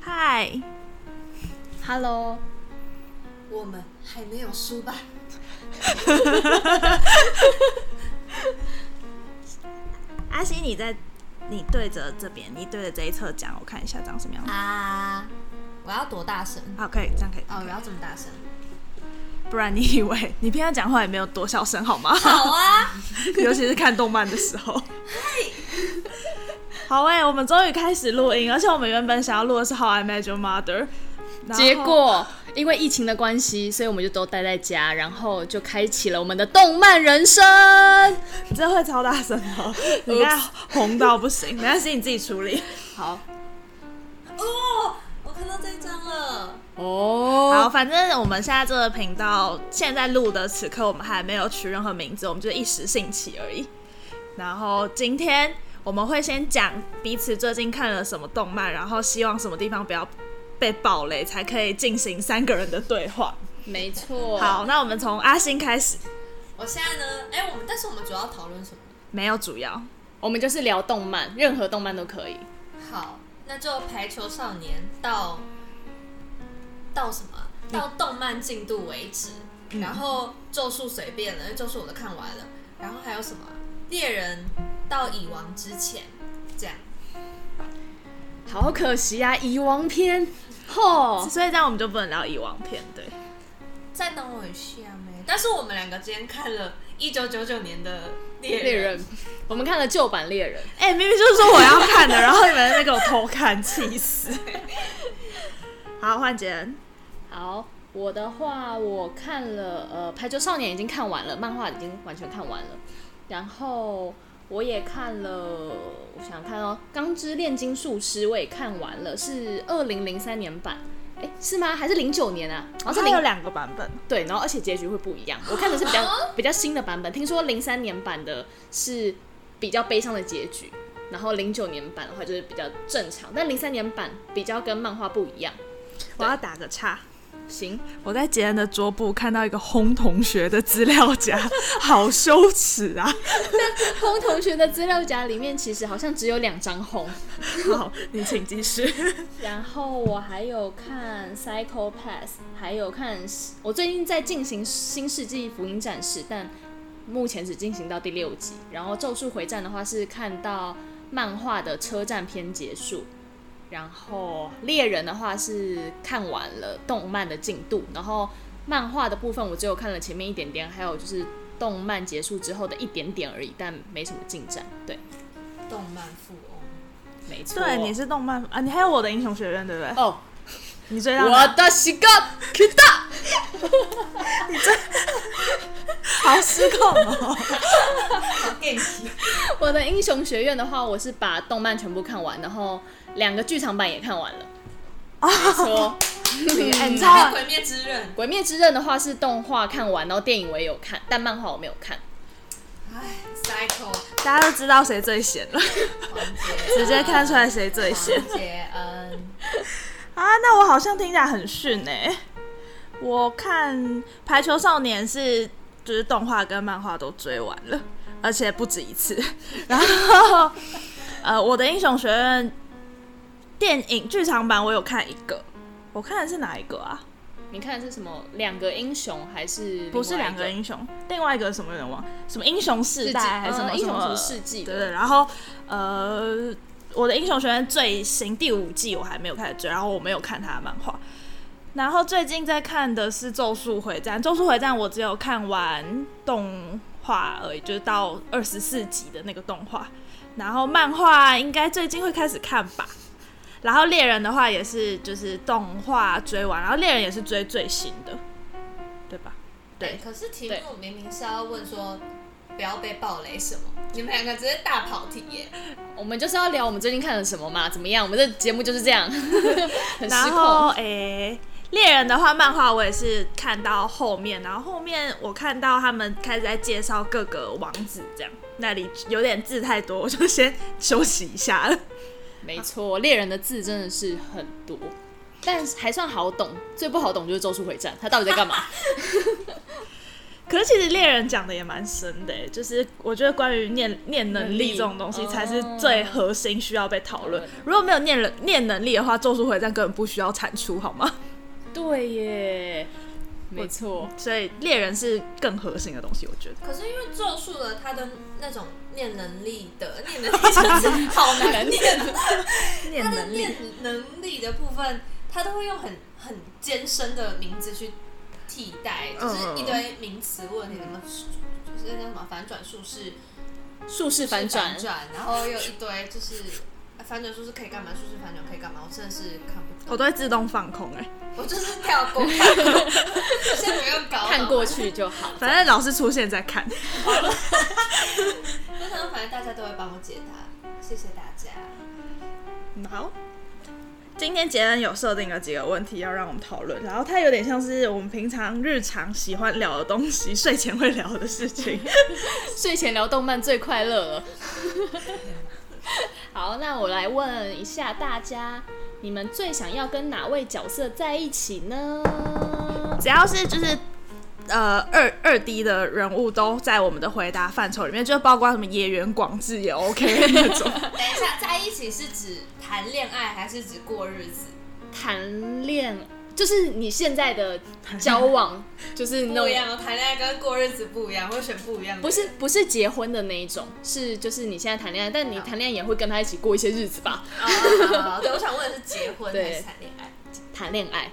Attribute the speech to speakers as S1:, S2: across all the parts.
S1: 嗨
S2: ，Hello，
S3: 我们还没有输吧？
S1: 阿西，你在你对着这边，你对着这一侧讲，我看一下长什么样子。
S3: 啊，我要多大声？
S1: 好，可以，这样可以，
S3: 哦，我要这么大声？
S1: 不然你以为你平常讲话也没有多小声好吗？
S3: 好啊，
S1: 尤其是看动漫的时候。好哎、我们终于开始录音，而且我们原本想要录的是《How I Met Your Mother》，然后
S2: 结果因为疫情的关系，所以我们就都待在家，然后就开启了我们的动漫人生。
S1: 你 这会超大声哦，你应该红到不 行，没关系，你自己处理。
S2: 好
S3: 哦，我看到这一张了。
S1: 好，
S2: 哦，
S1: 反正我们现在这个频道现在录的此刻，我们还没有取任何名字，我们就一时兴起而已。然后今天我们会先讲彼此最近看了什么动漫，然后希望什么地方不要被暴雷，才可以进行三个人的对话。
S2: 没错。
S1: 好，，那我们从阿星开始，
S3: 我现在呢？哎、我们但是我们主要讨论什么？
S1: 没有主要，
S2: 我们就是聊动漫，任何动漫都可以。
S3: 好，那就排球少年到到什么啊？到动漫进度为止。然后咒术随便了，因为咒术我都看完了。然后还有什么啊猎人到蚁王之前，这样。
S2: 好可惜啊，遗忘篇。吼，
S1: 所以这样我们就不能聊以往片，对。
S3: 再等我一下没？但是我们两个今天看了一九九九年的猎
S2: 猎人，我们看了旧版猎人。
S1: 哎、明明就是说我要看的，然后你们在那边给我偷看，气 死！好，换杰恩，
S2: 好，我的话我看了，呃，《排球少年》已经看完了，漫画已经完全看完了，然后我也看了，我想看哦，《钢之炼金术师》我也看完了，是二零零三年版，哎，是吗？还是零九年啊？好
S1: 好
S2: 像
S1: 像
S2: 是
S1: 有
S2: 零
S1: 两个版本，
S2: 对，然后而且结局会不一样。我看的是比较比较新的版本，听说零三年版的是比较悲伤的结局，然后零九年版的话就是比较正常，但零三年版比较跟漫画不一样。
S1: 我要打个岔。
S2: 行，
S1: 我在杰恩的桌布看到一个轰同学的资料夹，好羞耻啊！
S2: 红同学的资料夹里面其实好像只有两张红，
S1: 好，你请继续。
S2: 然后我还有看《Psycho Pass》，还有看我最近在进行《新世纪福音战士》，但目前只进行到第六集。然后《咒术回战》的话是看到漫画的车站篇结束，然后《猎人》的话是看完了动漫的进度，然后漫画的部分我只有看了前面一点点，还有就是动漫结束之后的一点点而已，但没什么进展。对，
S3: 动漫富翁，
S2: 没错。
S1: 对，你是动漫啊，你还有我的英雄学院，对不对？
S2: 哦，
S1: 你最让
S2: 我的西哥 k i
S1: 好失控哦。
S3: 好 g a y
S2: 我的英雄学院的话，我是把动漫全部看完，然后两个剧场版也看完了。没错，
S1: 哎，你知
S3: 还有
S1: 道
S3: 《鬼灭之刃
S2: 《鬼灭之刃》的话是动画看完，然后电影我也有看，但漫画我没有看。》，
S3: 哎，Psycho
S1: 大家都知道谁最闲了，
S3: 王杰，
S1: 直接看出来谁最闲
S3: 王杰嗯，
S1: 啊。那我好像听起来很逊哎、我看《排球少年是》就是动画跟漫画都追完了，而且不止一次。 然后呃，我的英雄学院电影剧场版我有看一个，我看的是哪一个啊？
S2: 你看的是什么？两个英雄还是
S1: 不是两个
S2: 雄？
S1: 英雄，另外一个什么有点忘，什么英雄世代
S2: 世纪
S1: 还是什么、
S2: 嗯英雄
S1: 什
S2: 什
S1: 么
S2: 么世纪的
S1: 对对。然后呃，我的英雄学院最新第五季我还没有开始追，然后我没有看他的漫画。然后最近在看的是《咒术回战》，《咒术回战》我只有看完动画而已，就是到二十四集的那个动画。然后漫画应该最近会开始看吧。然后猎人的话也是就是动画追完，然后猎人也是追最新的，对吧？对
S3: 哎可是题
S2: 对
S3: 目明明是要问说不要被暴雷什么，你们两个直接大跑题耶，
S2: 我们就是要聊我们最近看了什么嘛？怎么样？我们这节目就是这样， 很
S1: 然
S2: 失
S1: 后
S2: 控。
S1: 诶，猎人的话，漫画我也是看到后面，然后后面我看到他们开始在介绍各个王子，这样那里有点字太多，我就先休息一下了。
S2: 没错，猎人的字真的是很多，但还算好懂。最不好懂就是《咒术回战》，他到底在干嘛？
S1: 可是其实猎人讲的也蛮深的欸，就是我觉得关于念念能力这种东西
S2: 能力
S1: 才是最核心需要被讨论。
S2: 哦
S1: 如果没有念能念能力的话，《咒术回战》根本不需要产出，好 吗？
S2: 对耶，没错，
S1: 所以猎人是更核心的东西，我觉得。
S3: 可是因为咒术的他的那种念能力的念 能力真是好 难念，
S1: 念
S3: 他的
S1: 能力
S3: 念能力的部分，他都会用很很艰深的名字去替代，
S2: 嗯
S3: 就是一堆名词问题，什么就是那叫什么反转术是
S2: 术士反转
S3: 转，，然后又一堆就是。啊反转术是可以干嘛？术士反转可以干嘛？我真的是看不懂，
S1: 我都会自动放空哎、
S3: 我就是跳过，看过先不用搞懂
S2: 看过去就好。
S1: 反正老师出现再看。
S3: 我想反正大家都会帮我解答，谢谢大家。
S1: 好，今天杰恩有设定了几个问题要让我们讨论，然后它有点像是我们平常日常喜欢聊的东西，睡前会聊的事 情。
S2: 睡前聊动漫最快乐了。好，那我来问一下大家，你们最想要跟哪位角色在一起呢？
S1: 只要是就是呃二二 D 的人物都在我们的回答范畴里面，就包括什么野原广志也 OK 那种。
S3: 等一下，在一起是指谈恋爱还是指过日子？
S2: 谈恋就是你现在的交往，就是那
S3: 不一
S2: 种
S3: 样，谈恋爱跟过日子不一样，会选不一样的人。
S2: 不是不是结婚的那一种，是就是你现在谈恋爱，但你谈恋爱也会跟他一起过一些日子吧？
S3: 哦，好对，我想问的是结婚
S2: 对
S3: 还是谈恋爱？
S2: 谈恋爱，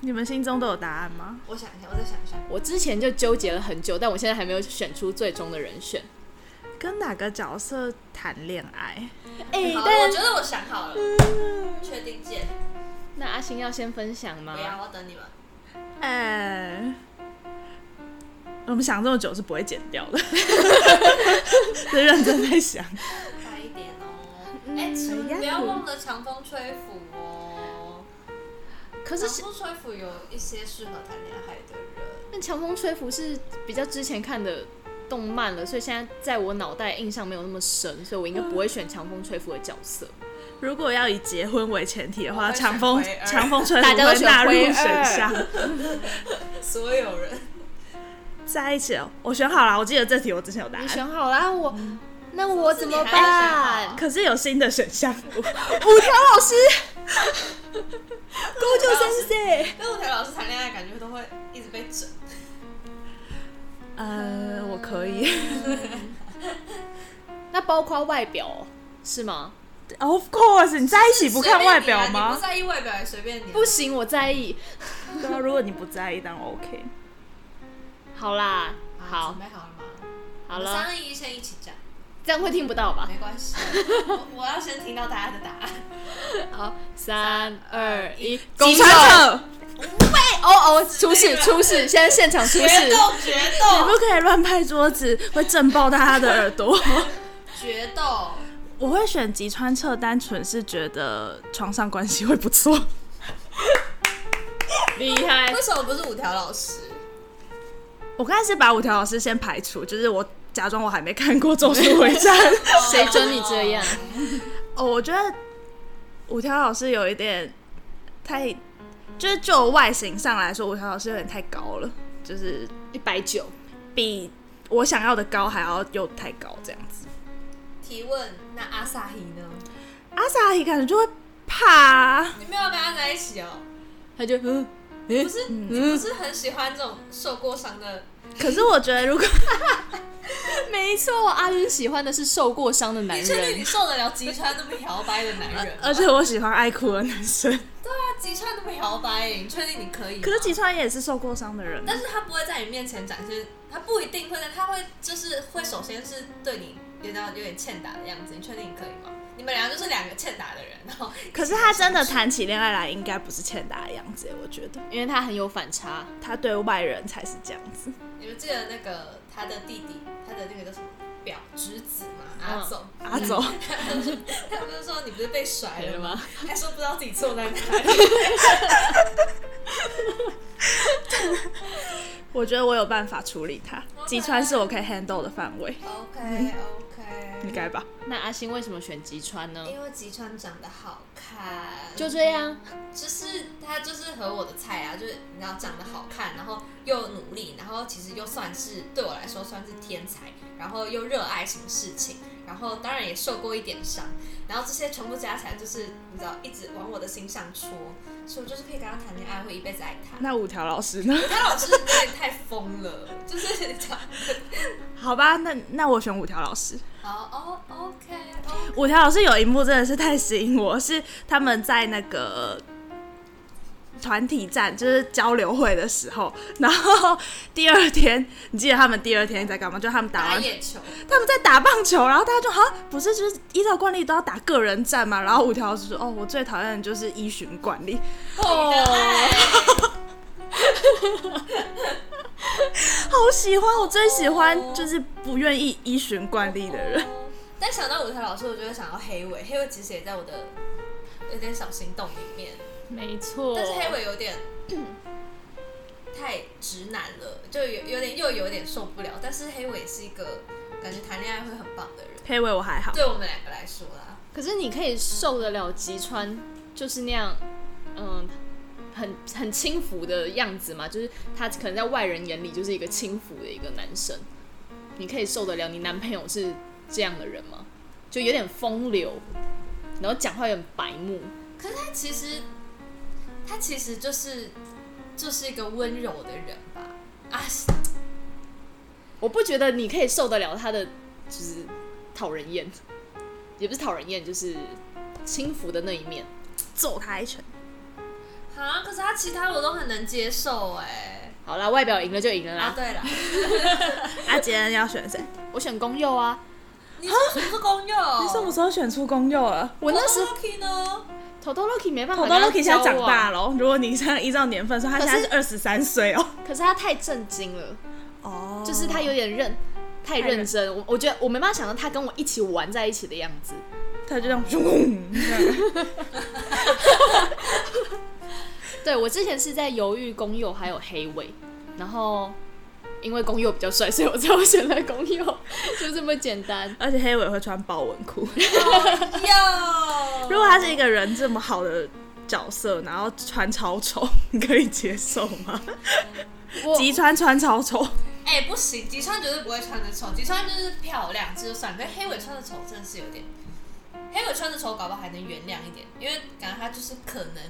S1: 你们心中都有答案吗？
S3: 我想一下，我再想一下。
S2: 我之前就纠结了很久，但我现在还没有选出最终的人选。
S1: 跟哪个角色谈恋爱？
S2: 哎、
S3: 好，我
S2: 但
S3: 觉得我想好了，确定见。
S2: 那阿星要先分享吗
S3: 不？要，我等你们。
S1: 哎、我们想这么久是不会剪掉 的，是认真在想。
S3: 快一点哦！哎，请不要忘了强风吹拂哦。
S2: 可是
S3: 强风吹拂有一些适合谈恋爱的人。
S2: 但《强风吹拂》是比较之前看的动漫了，所以现在在我脑袋印象没有那么深，所以我应该不会选《强风吹拂》的角色。
S1: 如果要以结婚为前提的
S3: 我
S1: 话，
S3: 会选
S1: 强风
S3: 灰二
S1: 强风吹
S2: 大
S1: 拂
S2: 家都
S1: 会
S2: 选
S1: 纳入
S2: 灰二
S1: 选项。
S3: 所有人，
S1: 在一起了，我选好了，我记得这题我之前有答
S2: 你
S1: 案，
S2: 选好了，我、那我怎么
S3: 是不嗯是你还
S2: 办？
S3: 选好
S1: 可是有新的选项。
S2: 五条老师， 高就三岁。
S3: 跟五条老师谈恋爱，感觉都会一直被整。
S1: 呃，我可以。
S2: 那包括外表哦是吗？
S1: Of course，你在一起不看外表
S3: 随便你啊你
S1: 吗
S3: 不？在意外表也随便你啊。
S2: 不行，我在意。
S1: 对啊，如果你不在意，当然 OK。
S2: 好啦，
S3: 好，
S2: 好
S3: 准，备好了吗？
S2: 好
S3: 我们
S2: 了，
S3: 三二一，先一起讲，
S2: 这样会听不到吧？
S3: 没关系。我我要先听到大家的答案。
S2: 好，三二一，
S1: 吉
S2: 川
S1: 川
S2: 城，
S1: 者，
S2: 哦哦，出事出事，现在现场出
S3: 决
S2: 事。
S3: 斗，决
S1: 你
S3: 斗，
S1: 不可以乱拍桌子，会震爆大家的耳朵。
S3: 决斗。
S1: 我会选吉川彻，单纯是觉得床上关系会不错。
S2: 厉害
S3: 为什么不是五条老师？
S1: 我刚开始把五条老师先排除，就是我假装我还没看过《咒术回战》
S2: 谁准你这样？
S1: 哦，我觉得五条老师有一点太，就是就外形上来说，五条老师有点太高了，就是
S2: 一百九，
S1: 比我想要的高还要又太高这样子。
S3: 提问，那阿萨希呢？
S1: 阿萨伊感觉就会怕、啊
S3: 你没有跟他在一起哦，
S2: 他就嗯，诶
S3: 不是？你不是很喜欢这种受过伤的？
S1: 可是我觉得如果
S2: 没错，阿云喜欢的是受过伤的男
S3: 你确定你
S2: 人。
S3: 受得了吉川那么摇摆的男 人吗？
S1: 而且我喜欢爱哭的男生，
S3: 他吉川那么摇摆，你确定你可以吗？
S1: 可是吉川也是受过伤的人啊。
S3: 但是他不会在你面前展现，他不一定会在，他会就是会首先是对你有点有点欠打的样子，你确定你可以吗？你们俩就是两个欠打的人，然后
S1: 可是他真的谈起恋爱来，应该不是欠打的样子，我觉得
S2: 因为他很有反差，
S1: 他对外人才是这样子。
S3: 你们记得那个他的弟弟，他的那个叫什么表侄子嘛，
S2: 嗯
S3: 阿总，
S1: 阿走，
S3: 他不是说你不是被甩
S2: 对
S3: 了
S2: 了
S3: 吗？
S2: 吗？
S3: 他说不知道自己错在哪 里，
S1: 我觉得我有办法处理他。吉川是我可以 handle 的范围。
S3: 哦 OK OK，
S1: 应该吧？
S2: 那阿星为什么选吉川呢？
S3: 因为吉川长得好看，
S2: 就这样，
S3: 就是他就是和我的菜啊，就是你知道长得好看，然后又努力，然后其实又算是对我来说算是天才，然后又热爱什么事情，然后当然也受过一点伤，然后这些全部加起来就是你知道一直往我的心上戳，所以我就是可以跟他谈恋爱，会一辈子爱他。
S1: 那五条老师呢？
S3: 他老师有点太疯了，就是讲，
S1: 好吧，那那我选五条老师。
S3: 好哦，OK，哦，
S1: 五条老师有一幕真的是太吸引我，是他们在那个团体战，就是交流会的时候，然后 第二天，你记得他们第二天在干嘛？就他们打
S3: 打
S1: 完
S3: 野球，
S1: 他们在打棒球，然后大家就哈，不是就是依照惯例都要打个人战嘛。然后五条老师说：“哦，我最讨厌的就是依循惯例。
S3: 你的爱，
S1: 好喜欢，我最喜欢就是不愿意依循惯例的人。
S3: 哦 但想到舞台老师，我就会想到黑尾，黑尾其实也在我的有点小心动里面，
S2: 没错。
S3: 但是黑尾有点 太直男了，就有有点又有点受不了。但是黑尾也是一个感觉谈恋爱会很棒的人，
S1: 黑尾我还好，
S3: 对我们两个来说啦，
S2: 可是你可以受得了吉川就是那样，嗯，很很轻浮的样子嘛，就是他可能在外人眼里就是一个轻浮的一个男生，你可以受得了你男朋友是这样的人吗？就有点风流，然后讲话有点白目，
S3: 可是他其实他其实就是就是一个温柔的人吧，啊，
S2: 我不觉得你可以受得了他的就是讨人厌，也不是讨人厌，就是轻浮的那一面。
S1: 揍他一拳。
S3: 啊，可是他其他我都很能接受哎、
S2: 好啦，外表赢了就赢了啦，
S3: 啊，对了，
S1: 阿杰啊要选谁？
S2: 我选公佑啊，
S3: 你说什么是公用？
S1: 你什么时候选出公佑了？
S2: 我那时
S3: l u c k y 呢？
S2: 头头 Loki 没办法
S1: 土
S2: 跟
S1: 豆
S2: 他交往，
S1: Loki 现在长大了哦，如果你现在依照年份说，他现在是二十三岁哦。
S2: 可是他太震惊了，
S1: 哦，
S2: 就是他有点认太
S1: 认
S2: 认真，我我觉得我没办法想到他跟我一起玩在一起的样子。
S1: 他就 这样嗡这样
S2: 对我之前是在犹豫公佑还有黑尾，然后因为公佑比较帅，所以我最后选了公佑，就这么简单。
S1: 而且黑尾会穿豹纹 裤。
S3: 有，
S1: 如果他是一个人这么好的角色，然后穿超丑，你可以接受吗？
S2: 我
S1: 吉川穿超丑，
S3: 哎、不行，吉川绝对不会穿的丑，吉川就是漂亮，这就算。但黑尾穿的丑真的是有点，黑尾穿的丑，搞不好还能原谅一点，因为感觉他就是可能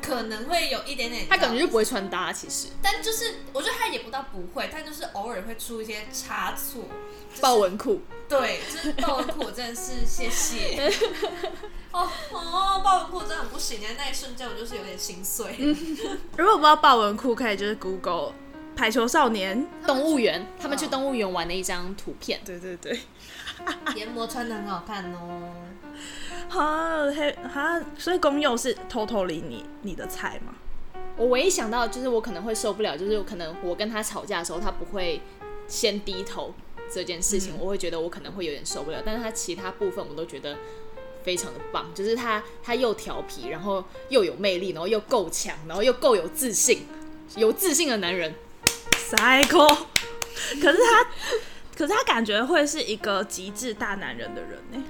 S3: 可能会有一点点，
S2: 他感觉
S3: 你知
S2: 就不会穿搭，其实
S3: 道，但就是我觉得他也不到不会，但就是偶尔会出一些差错。就是
S2: 豹纹裤。
S3: 对，就是豹纹裤，我真的是谢 谢。哦哦，豹纹裤真的很不行哎，那一瞬间我就是有点心碎。
S2: 嗯
S1: 如果不知道豹纹裤，可以就是 Google 排球少年。
S2: 动物园，他们去
S3: 嗯
S2: 动物园玩的一张图片，
S1: 对对对，
S3: 啊研磨穿的很好看哦。
S1: 哈黑哈，所以公佑是偷偷理你你的菜吗？
S2: 我唯一想到就是我可能会受不了，就是可能我跟他吵架的时候，他不会先低头这件事情，我会觉得我可能会有点受不了。但是他其他部分我都觉得非常的棒，就是他他又调皮，然后又有魅力，然后又够强，然后又够有自信，有自信的男人。
S1: cycle。可是他，可是他感觉会是一个极致大男人的人欸呢、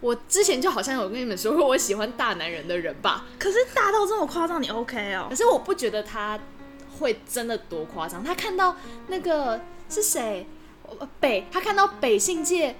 S2: 我之前就好像有跟你们说过，我喜欢大男人的人吧，
S1: 可是大到这么夸张，你 OK 哦
S2: 可？是我不觉得他会真的多夸张。他看到那个是谁？呃北，他看到北信界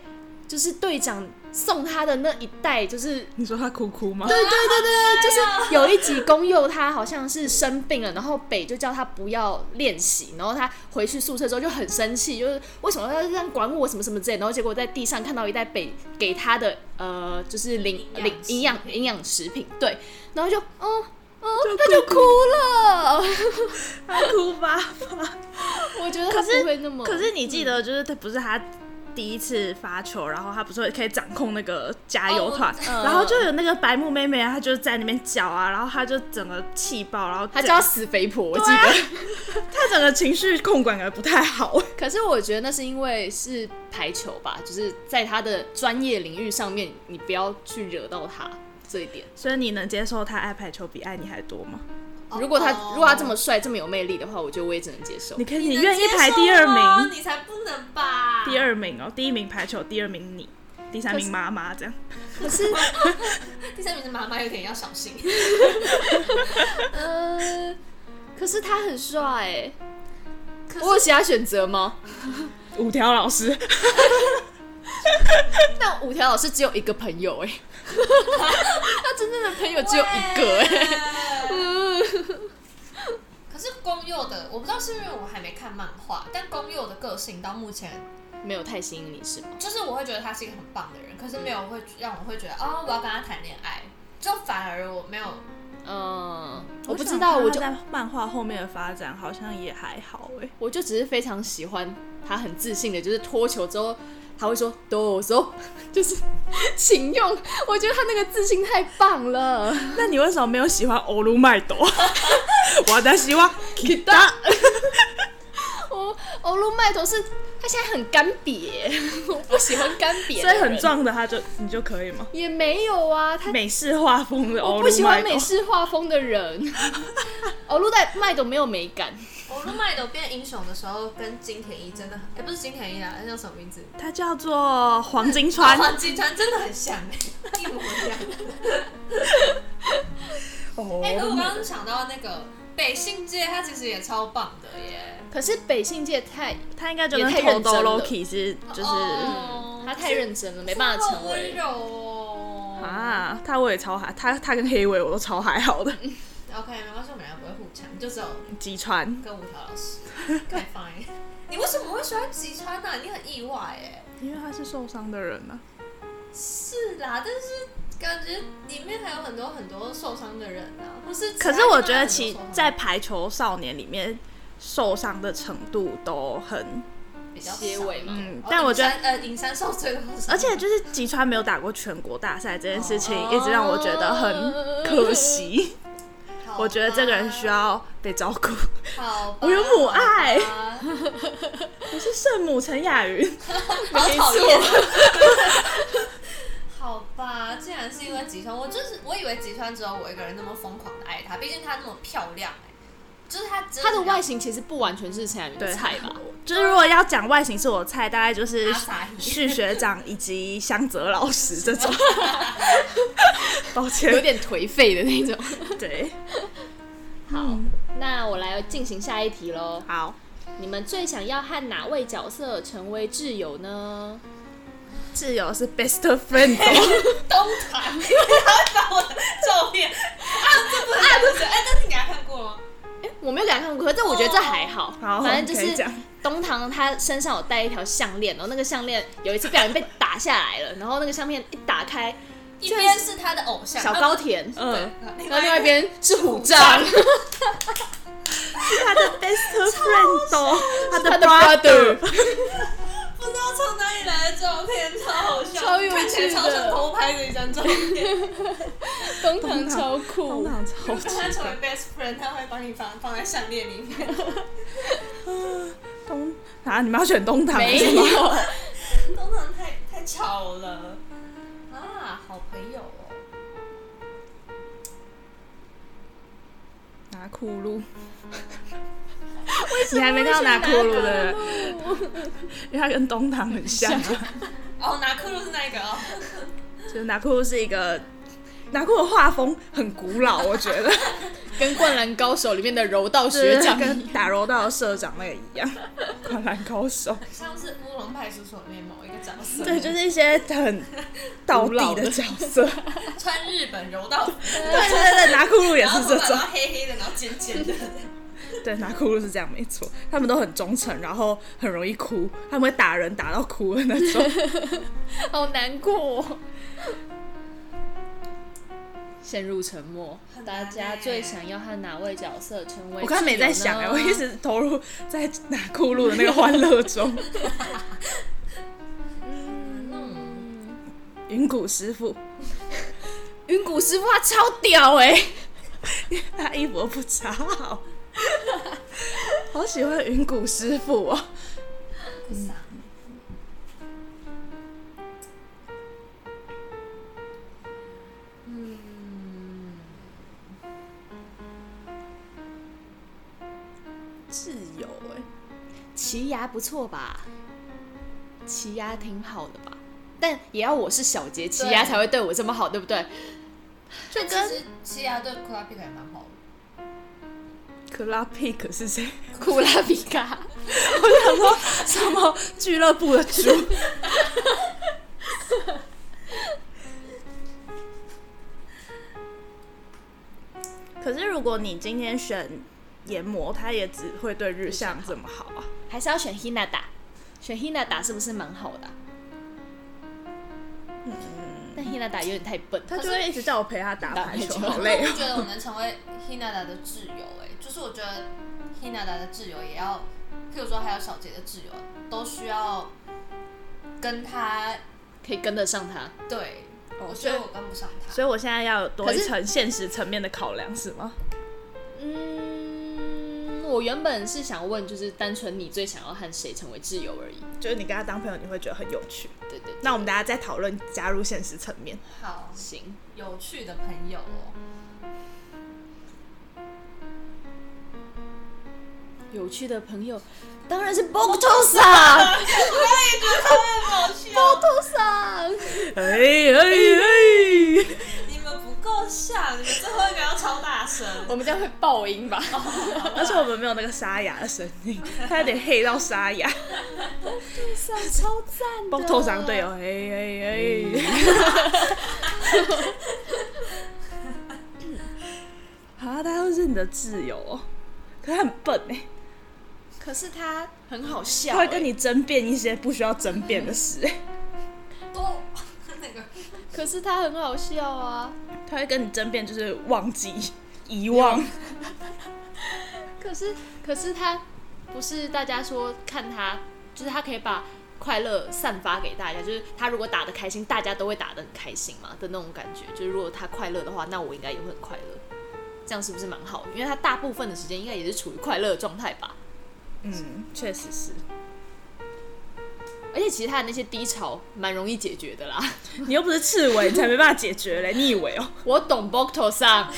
S2: 就是队长送他的那一袋，就是
S1: 你说他哭哭吗？
S2: 对对对对对，就是有一集公佑他好像是生病了，然后北就叫他不要练习，然后他回去宿舍之后就很生气，就是为什么要这样管我什么什么之类的，然后结果在地上看到一袋北给他的呃就是零
S3: 营养
S2: 零
S3: 食
S2: 营养
S3: 品
S2: 营养食品，对，然后就哦哦
S1: 就，
S2: 他就哭了，
S1: 他哭吧。
S2: 我觉得
S1: 可
S2: 他
S1: 是
S2: 不会那么，
S1: 可是你记得，就是他不是他第一次发球，然后他不是可以掌控那个加油团，
S3: 哦
S2: 嗯
S1: 然后就有那个白目妹妹，她就在那边叫啊，然后她就整个气爆，然后
S2: 他
S1: 整
S2: 叫死肥婆，我记
S1: 对
S2: 得。
S1: 啊 她整个情绪控管的不太好。
S2: 可是我觉得那是因为是排球吧，就是在他的专业领域上面，你不要去惹到他这一点。
S1: 所以你能接受他爱排球比爱你还多吗？
S2: 如果他、
S3: 哦
S2: 如果他这么帅这么有魅力的话，我觉得我也只能接受
S1: 你。可以，
S3: 你
S1: 你
S3: 能
S1: 愿意
S3: 接
S1: 排
S3: 受
S1: 第二
S3: 吗
S1: 名，
S3: 你才不能吧？
S1: 第二名哦，第一名排球，第二名你。第三名妈妈这样。
S2: 可是
S3: 第三名的妈妈有点要小心。
S2: 呃，可是他很帅哎、
S3: 可
S2: 我有
S3: 是
S2: 其他选择吗？
S1: 五条老 师，
S2: 但五条老师只有一个朋友哎、 他真正的朋友只有一个哎、
S1: 欸
S3: 哎。
S1: 嗯
S3: 可是公佑的，我不知道是因为我还没看漫画，但公佑的个性到目前，
S2: 没有太吸引你是吗？
S3: 就是我会觉得他是一个很棒的人，可是没有会让我会觉得哦，我要跟他谈恋爱，就反而我没有
S2: 嗯，我不知道，我
S1: 我
S2: 就
S1: 想看他在漫画后面的发展好像也还好哎、
S2: 我就只是非常喜欢他，很自信的，就是脱球之后他会说“哆嗦”， 就是请用。我觉得他那个自信太棒了。
S1: 那你为什么没有喜欢欧鲁麦 朵？我的希望 k i d
S2: 哦，欧陆麦头是他现在很干瘪， 我不喜欢干 瘪，
S1: 所以很，壮的他就你就可以吗？
S2: 也没有啊，他
S1: 美式画风的欧
S2: 我
S1: 鲁
S2: 不喜欢
S1: 麦
S2: 美
S1: 朵，
S2: 式画风的人。 欧陆在麦斗没有美感，
S3: 我们麦斗变英雄的时候，跟金田一真的很，哎、不是金田一啦，那叫什么名字？
S1: 它叫做黄金川。
S3: 黄金川真的很像、哎一模一样。
S1: 哦
S3: 哎、可我刚刚想到那个北信界，他其实也超棒的耶，
S2: 可是北信界太
S1: 他应该就
S2: 也
S1: 跟
S2: 太
S1: 头
S2: 认真
S1: 兜
S2: 了
S1: Loki 是就是、
S3: 哦
S2: 他太认真了，没办
S3: 他
S2: 法
S3: 好
S2: 成为
S3: 温。柔哦。
S1: 啊，他我也超还他他跟黑尾我都超还好的，
S3: OK，没关系，我们俩不会互抢，就只有
S1: 吉川
S3: 跟五条老师。OK fine。你 为什么会喜欢吉川呢、你很意外哎。
S1: 因为他是受伤的人啊呢、
S3: 是啦，但是感觉里面还有很多很多受伤的人啊，不是其他
S1: 可是
S3: 地方还有
S1: 我
S3: 很多
S1: 觉
S3: 受伤的人？
S1: 得其在排球少年里面受伤的程度都很，
S3: 比较少
S2: 结尾嘛
S1: 嗯
S3: 哦
S1: 但我觉得
S3: 隐山呃，隐山受罪的受伤
S1: 而且就是吉川没有打过全国大赛这件事情，
S2: 哦
S1: 一直让我觉得很可惜。
S3: 好
S1: 我觉得这个人
S3: 吧
S1: 需要被照顾。
S3: 好吧，
S1: 我有母爱
S3: 好吧
S1: 我是圣母陈雅云，
S3: 好
S2: 没
S3: 讨
S2: 错
S3: 厌。 好吧，竟然是因为吉川，我就是我以为吉川只有我一个人那么疯狂的爱她，毕竟她那么漂亮、哎，就是她真
S2: 他的外
S3: 形
S2: 形其实不完全是陈雅明的
S1: 对
S2: 菜 吧？
S1: 就是如果要讲外形是我菜，大概就是
S3: 阿萨伊
S1: 旭学长以及香泽老师这种。抱歉，
S2: 有点颓废的那种。
S1: 对，嗯
S2: 好，那我来进行下一题喽。
S1: 好，
S2: 你们最想要和哪位角色成为挚友呢？
S1: 挚友是 best friend 哦
S3: 东 哎塔，她会把我的照片啊，这不能讲这不是哎，但是你给她看过吗？
S2: 我没有给他看过，但我觉得这还好。
S1: 哦好
S2: 反正就
S1: 可以
S2: 是
S1: 讲
S2: 东堂他身上有带一条项链，然后那个项链有一次不小心被打下来了，然后那个项链一打开，
S3: 一边是她的偶像啊
S2: 小高，田，
S3: 对
S1: 嗯，
S2: 然后另外一边是虎
S3: 虎
S2: 杖，
S1: 是他 的 best friend 哦，他
S2: 他的
S1: brother，
S2: brother
S3: 不知道从哪里来的照片，超好笑，
S2: 超有趣的
S3: 看起来超像偷拍的一张照片。
S2: 东堂超
S1: 通。
S2: 酷
S1: 常
S3: 如
S1: 超
S3: 果
S1: 级
S3: 他成为 best friend，他会把你放放在项链里面。
S1: 东啊，你们要选东堂
S2: 没
S1: 是吗？
S2: 有，
S3: 东堂太太吵了啊！好朋友哦，
S1: 拿酷噜。你还没看到拿酷噜的，因为他跟东堂很像啊、
S3: 哦，拿克鲁是那一个哦，
S1: 就是拿酷噜是一个拿酷的画风很古老，我觉得
S2: 跟《灌篮高手》里面的柔道
S1: 就是
S2: 学长一样
S1: 跟打柔道的社长那个一样，灌篮高手，
S3: 像是乌龙派出所里面某一个角色，
S1: 对，就是一些很倒地的角色，
S3: 穿日本柔道服，
S1: 对对对，拿酷噜也
S3: 然后
S1: 是
S3: 头
S1: 这
S3: 发
S1: 种
S3: 然，后黑黑的，然后尖尖的，
S1: 对，拿酷噜是这样没错，他们都很忠诚，然后很容易哭，他们会打人打到哭的那 种。
S2: 好难过、陷入沉默。
S3: 很难
S2: 大
S3: 欸
S2: 家最想要和哪位角色成为？
S1: 我刚才没在想哎、
S2: 哎，
S1: 我一直投入在拿酷路的那个欢乐中。
S3: 嗯，
S1: 云谷师傅，
S2: 云谷师傅他超屌哎、
S1: 他衣服不查好，好喜欢云谷师傅 哦。
S3: 傻
S1: 挚友
S2: 欸
S1: 哎、
S2: 奇牙不错吧？奇牙挺好的吧？但也要我是小杰奇亚
S3: 对
S2: 才会对我这么好，对不 对？
S3: 就其
S1: 跟
S3: 实奇亚对库拉皮卡也蛮好的，
S1: 克拉 pig 是谁？
S2: 库拉比卡，
S1: 我想说什么俱乐部的主？ 可是如果你今天选研磨，他也只会对日向这么好啊。
S2: 还是要选 Hinata，选 Hinata 是不是蛮好的啊、嗯但 Hinata 有点太笨，
S1: 他就会一直叫我陪他打排球，
S2: 打排球
S1: 好
S3: 但
S1: 累
S3: 我
S1: 哦。
S3: 不觉得我能成为 Hinata 的挚友哎、就是我觉得 Hinata 的挚友也要，譬如说还有小杰的挚友，都需要跟他
S2: 可以跟得上他。
S3: 对，
S1: 哦
S3: 我
S1: 所
S3: 觉
S1: 以
S3: 得我跟不上 他。
S1: 所以我现在要有多一
S2: 可是
S1: 层现实层面的考量，是吗？
S2: 嗯，我原本是想问，就是单纯你最想要和谁成为挚友而已。
S1: 就是你跟他当朋友，你会觉得很有趣。
S2: 对对
S1: 那我们大家再讨论加入现实层面。
S3: 好
S2: 行，
S3: 有趣的朋友哦，
S2: 有趣的朋友当然是 Botosa，Botosa
S3: 好哦笑，。
S1: 哎哎哎！
S3: 你们不够像，你们最后一个要超大声。
S2: 我们这样会爆音吧？
S1: 而且我们没有那个沙哑的声 音，他有点黑到沙哑。
S2: 超赞
S1: 帮头上队友，哎哎嗯哎！ 啊，他会是你的挚友哦，可他很笨哎，
S2: 可是他很好笑、
S1: 他会跟你争辩一些不需要争辩的事哎，
S3: 多那个
S2: 欸，可是他很好笑啊。
S1: 他会跟你争辩就是忘记、遗忘。
S2: 可是可是他不是大家说看他，就是他可以把快乐散发给大家，就是他如果打得开心，大家都会打得很开心嘛的那种感觉。就是如果他快乐的话，那我应该也会很快乐，这样是不是蛮好的？因为他大部分的时间应该也是处于快乐的状态吧。
S1: 嗯，确实是。
S2: 而且其实他的那些低潮蛮容易解决的啦。
S1: 你又不是刺猬，你才没办法解决 嘞，你以为哦？
S2: 我懂 Bokto 上，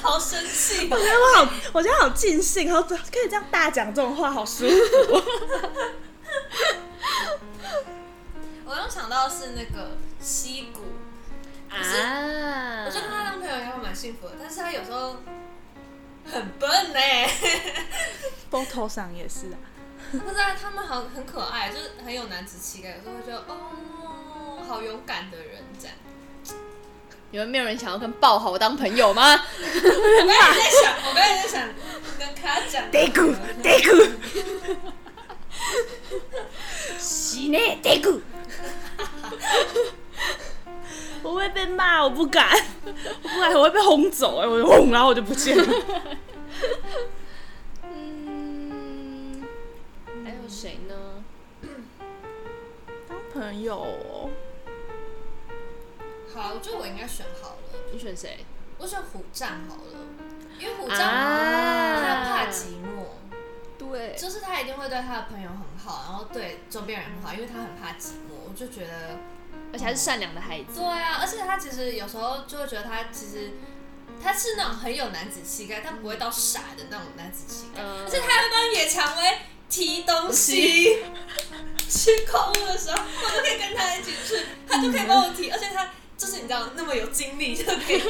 S3: 好生气哦
S1: 我，觉得我好，我觉得好尽兴，好可以这样大讲这种话，好舒 服哦。
S3: 我刚想到的是那个溪谷，
S2: 啊
S3: 我觉得跟他当朋友也会蛮幸福的，但是他有时候很笨呢、
S1: 包头上也是啊。
S3: 不知道他们好很可爱，就是很有男子气概，有时候会觉得哦，好勇敢的人这样。
S2: 你们没有人想要跟爆豪当朋友吗？
S3: 我刚才在想，我刚才在想跟他讲，
S1: 得哭，得哭。
S2: 洗内得骨。
S1: 我会被骂，我不敢，我不敢，我会被轰走、哎，我就轰，然后我就不见了。
S2: 嗯，还有谁呢？
S1: 当朋友、哦，
S3: 好，我觉得我应该选好了，
S2: 你选谁？
S3: 我选虎杖好了，因为虎杖他
S2: 啊
S3: 怕寂寞。
S2: 对，
S3: 就是他一定会对他的朋友很好，然后对周边人很好，因为他很怕寂寞。我就觉得，
S2: 而且还是善良的孩子。
S3: 对啊，而且他其实有时候就会觉得他其实他是那种很有男子气概，但不会到傻的那种男子气概。
S2: 嗯
S3: 而且他会帮野蔷薇提东 西，去购物的时候，我就可以跟他一起去，他就可以帮我提，而且他就是你知道那么有精力，就可以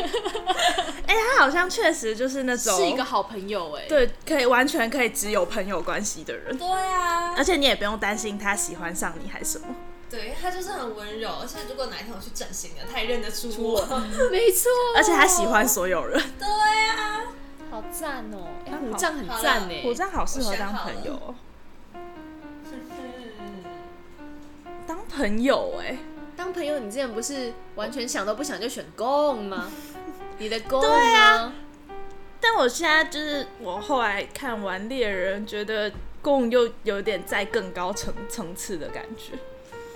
S1: 哎、他好像确实就是那种
S2: 是一个好朋友哎、，
S1: 对，可以完全可以只有朋友关系的人，
S3: 对啊，
S1: 而且你也不用担心他喜欢上你还是什么。
S3: 对他就是很温柔，而且如果哪一天我去整形了，他也认得出我。
S2: 没错。
S1: 而且他喜欢，所有人，
S3: 对啊。
S2: 好赞哦、哎、
S1: 他好
S2: 虎杖很赞哎、
S1: 我这样好适合当朋友哦。当朋友、哎，
S2: 当朋友，你之前不是完全想都不想就选 Gong 吗？你的 Gong
S1: 对啊
S2: 吗？
S1: 但我现在就是我后来看完《猎人》，觉得共又有点在更高层层次的感觉，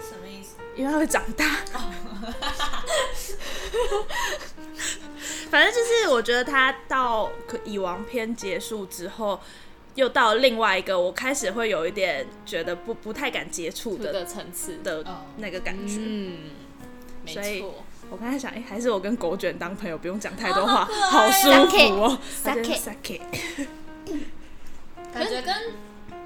S3: 什么意思？
S1: 因为他会长大。 反正就是我觉得他到可《蚁王篇》结束之后，又到另外一个我开始会有一点觉得不不太敢接触
S2: 这
S1: 的
S2: 个层次，
S1: 的
S3: 哦
S1: 那个感觉。
S2: 嗯，没
S1: 所以
S2: 错。
S1: 我刚才想，哎、还是我跟狗卷当朋友，不用讲太多话，
S3: 哦好可
S1: 好
S3: 爱
S1: 舒服哦。
S2: Sake
S1: 他就是 sake
S3: 感觉跟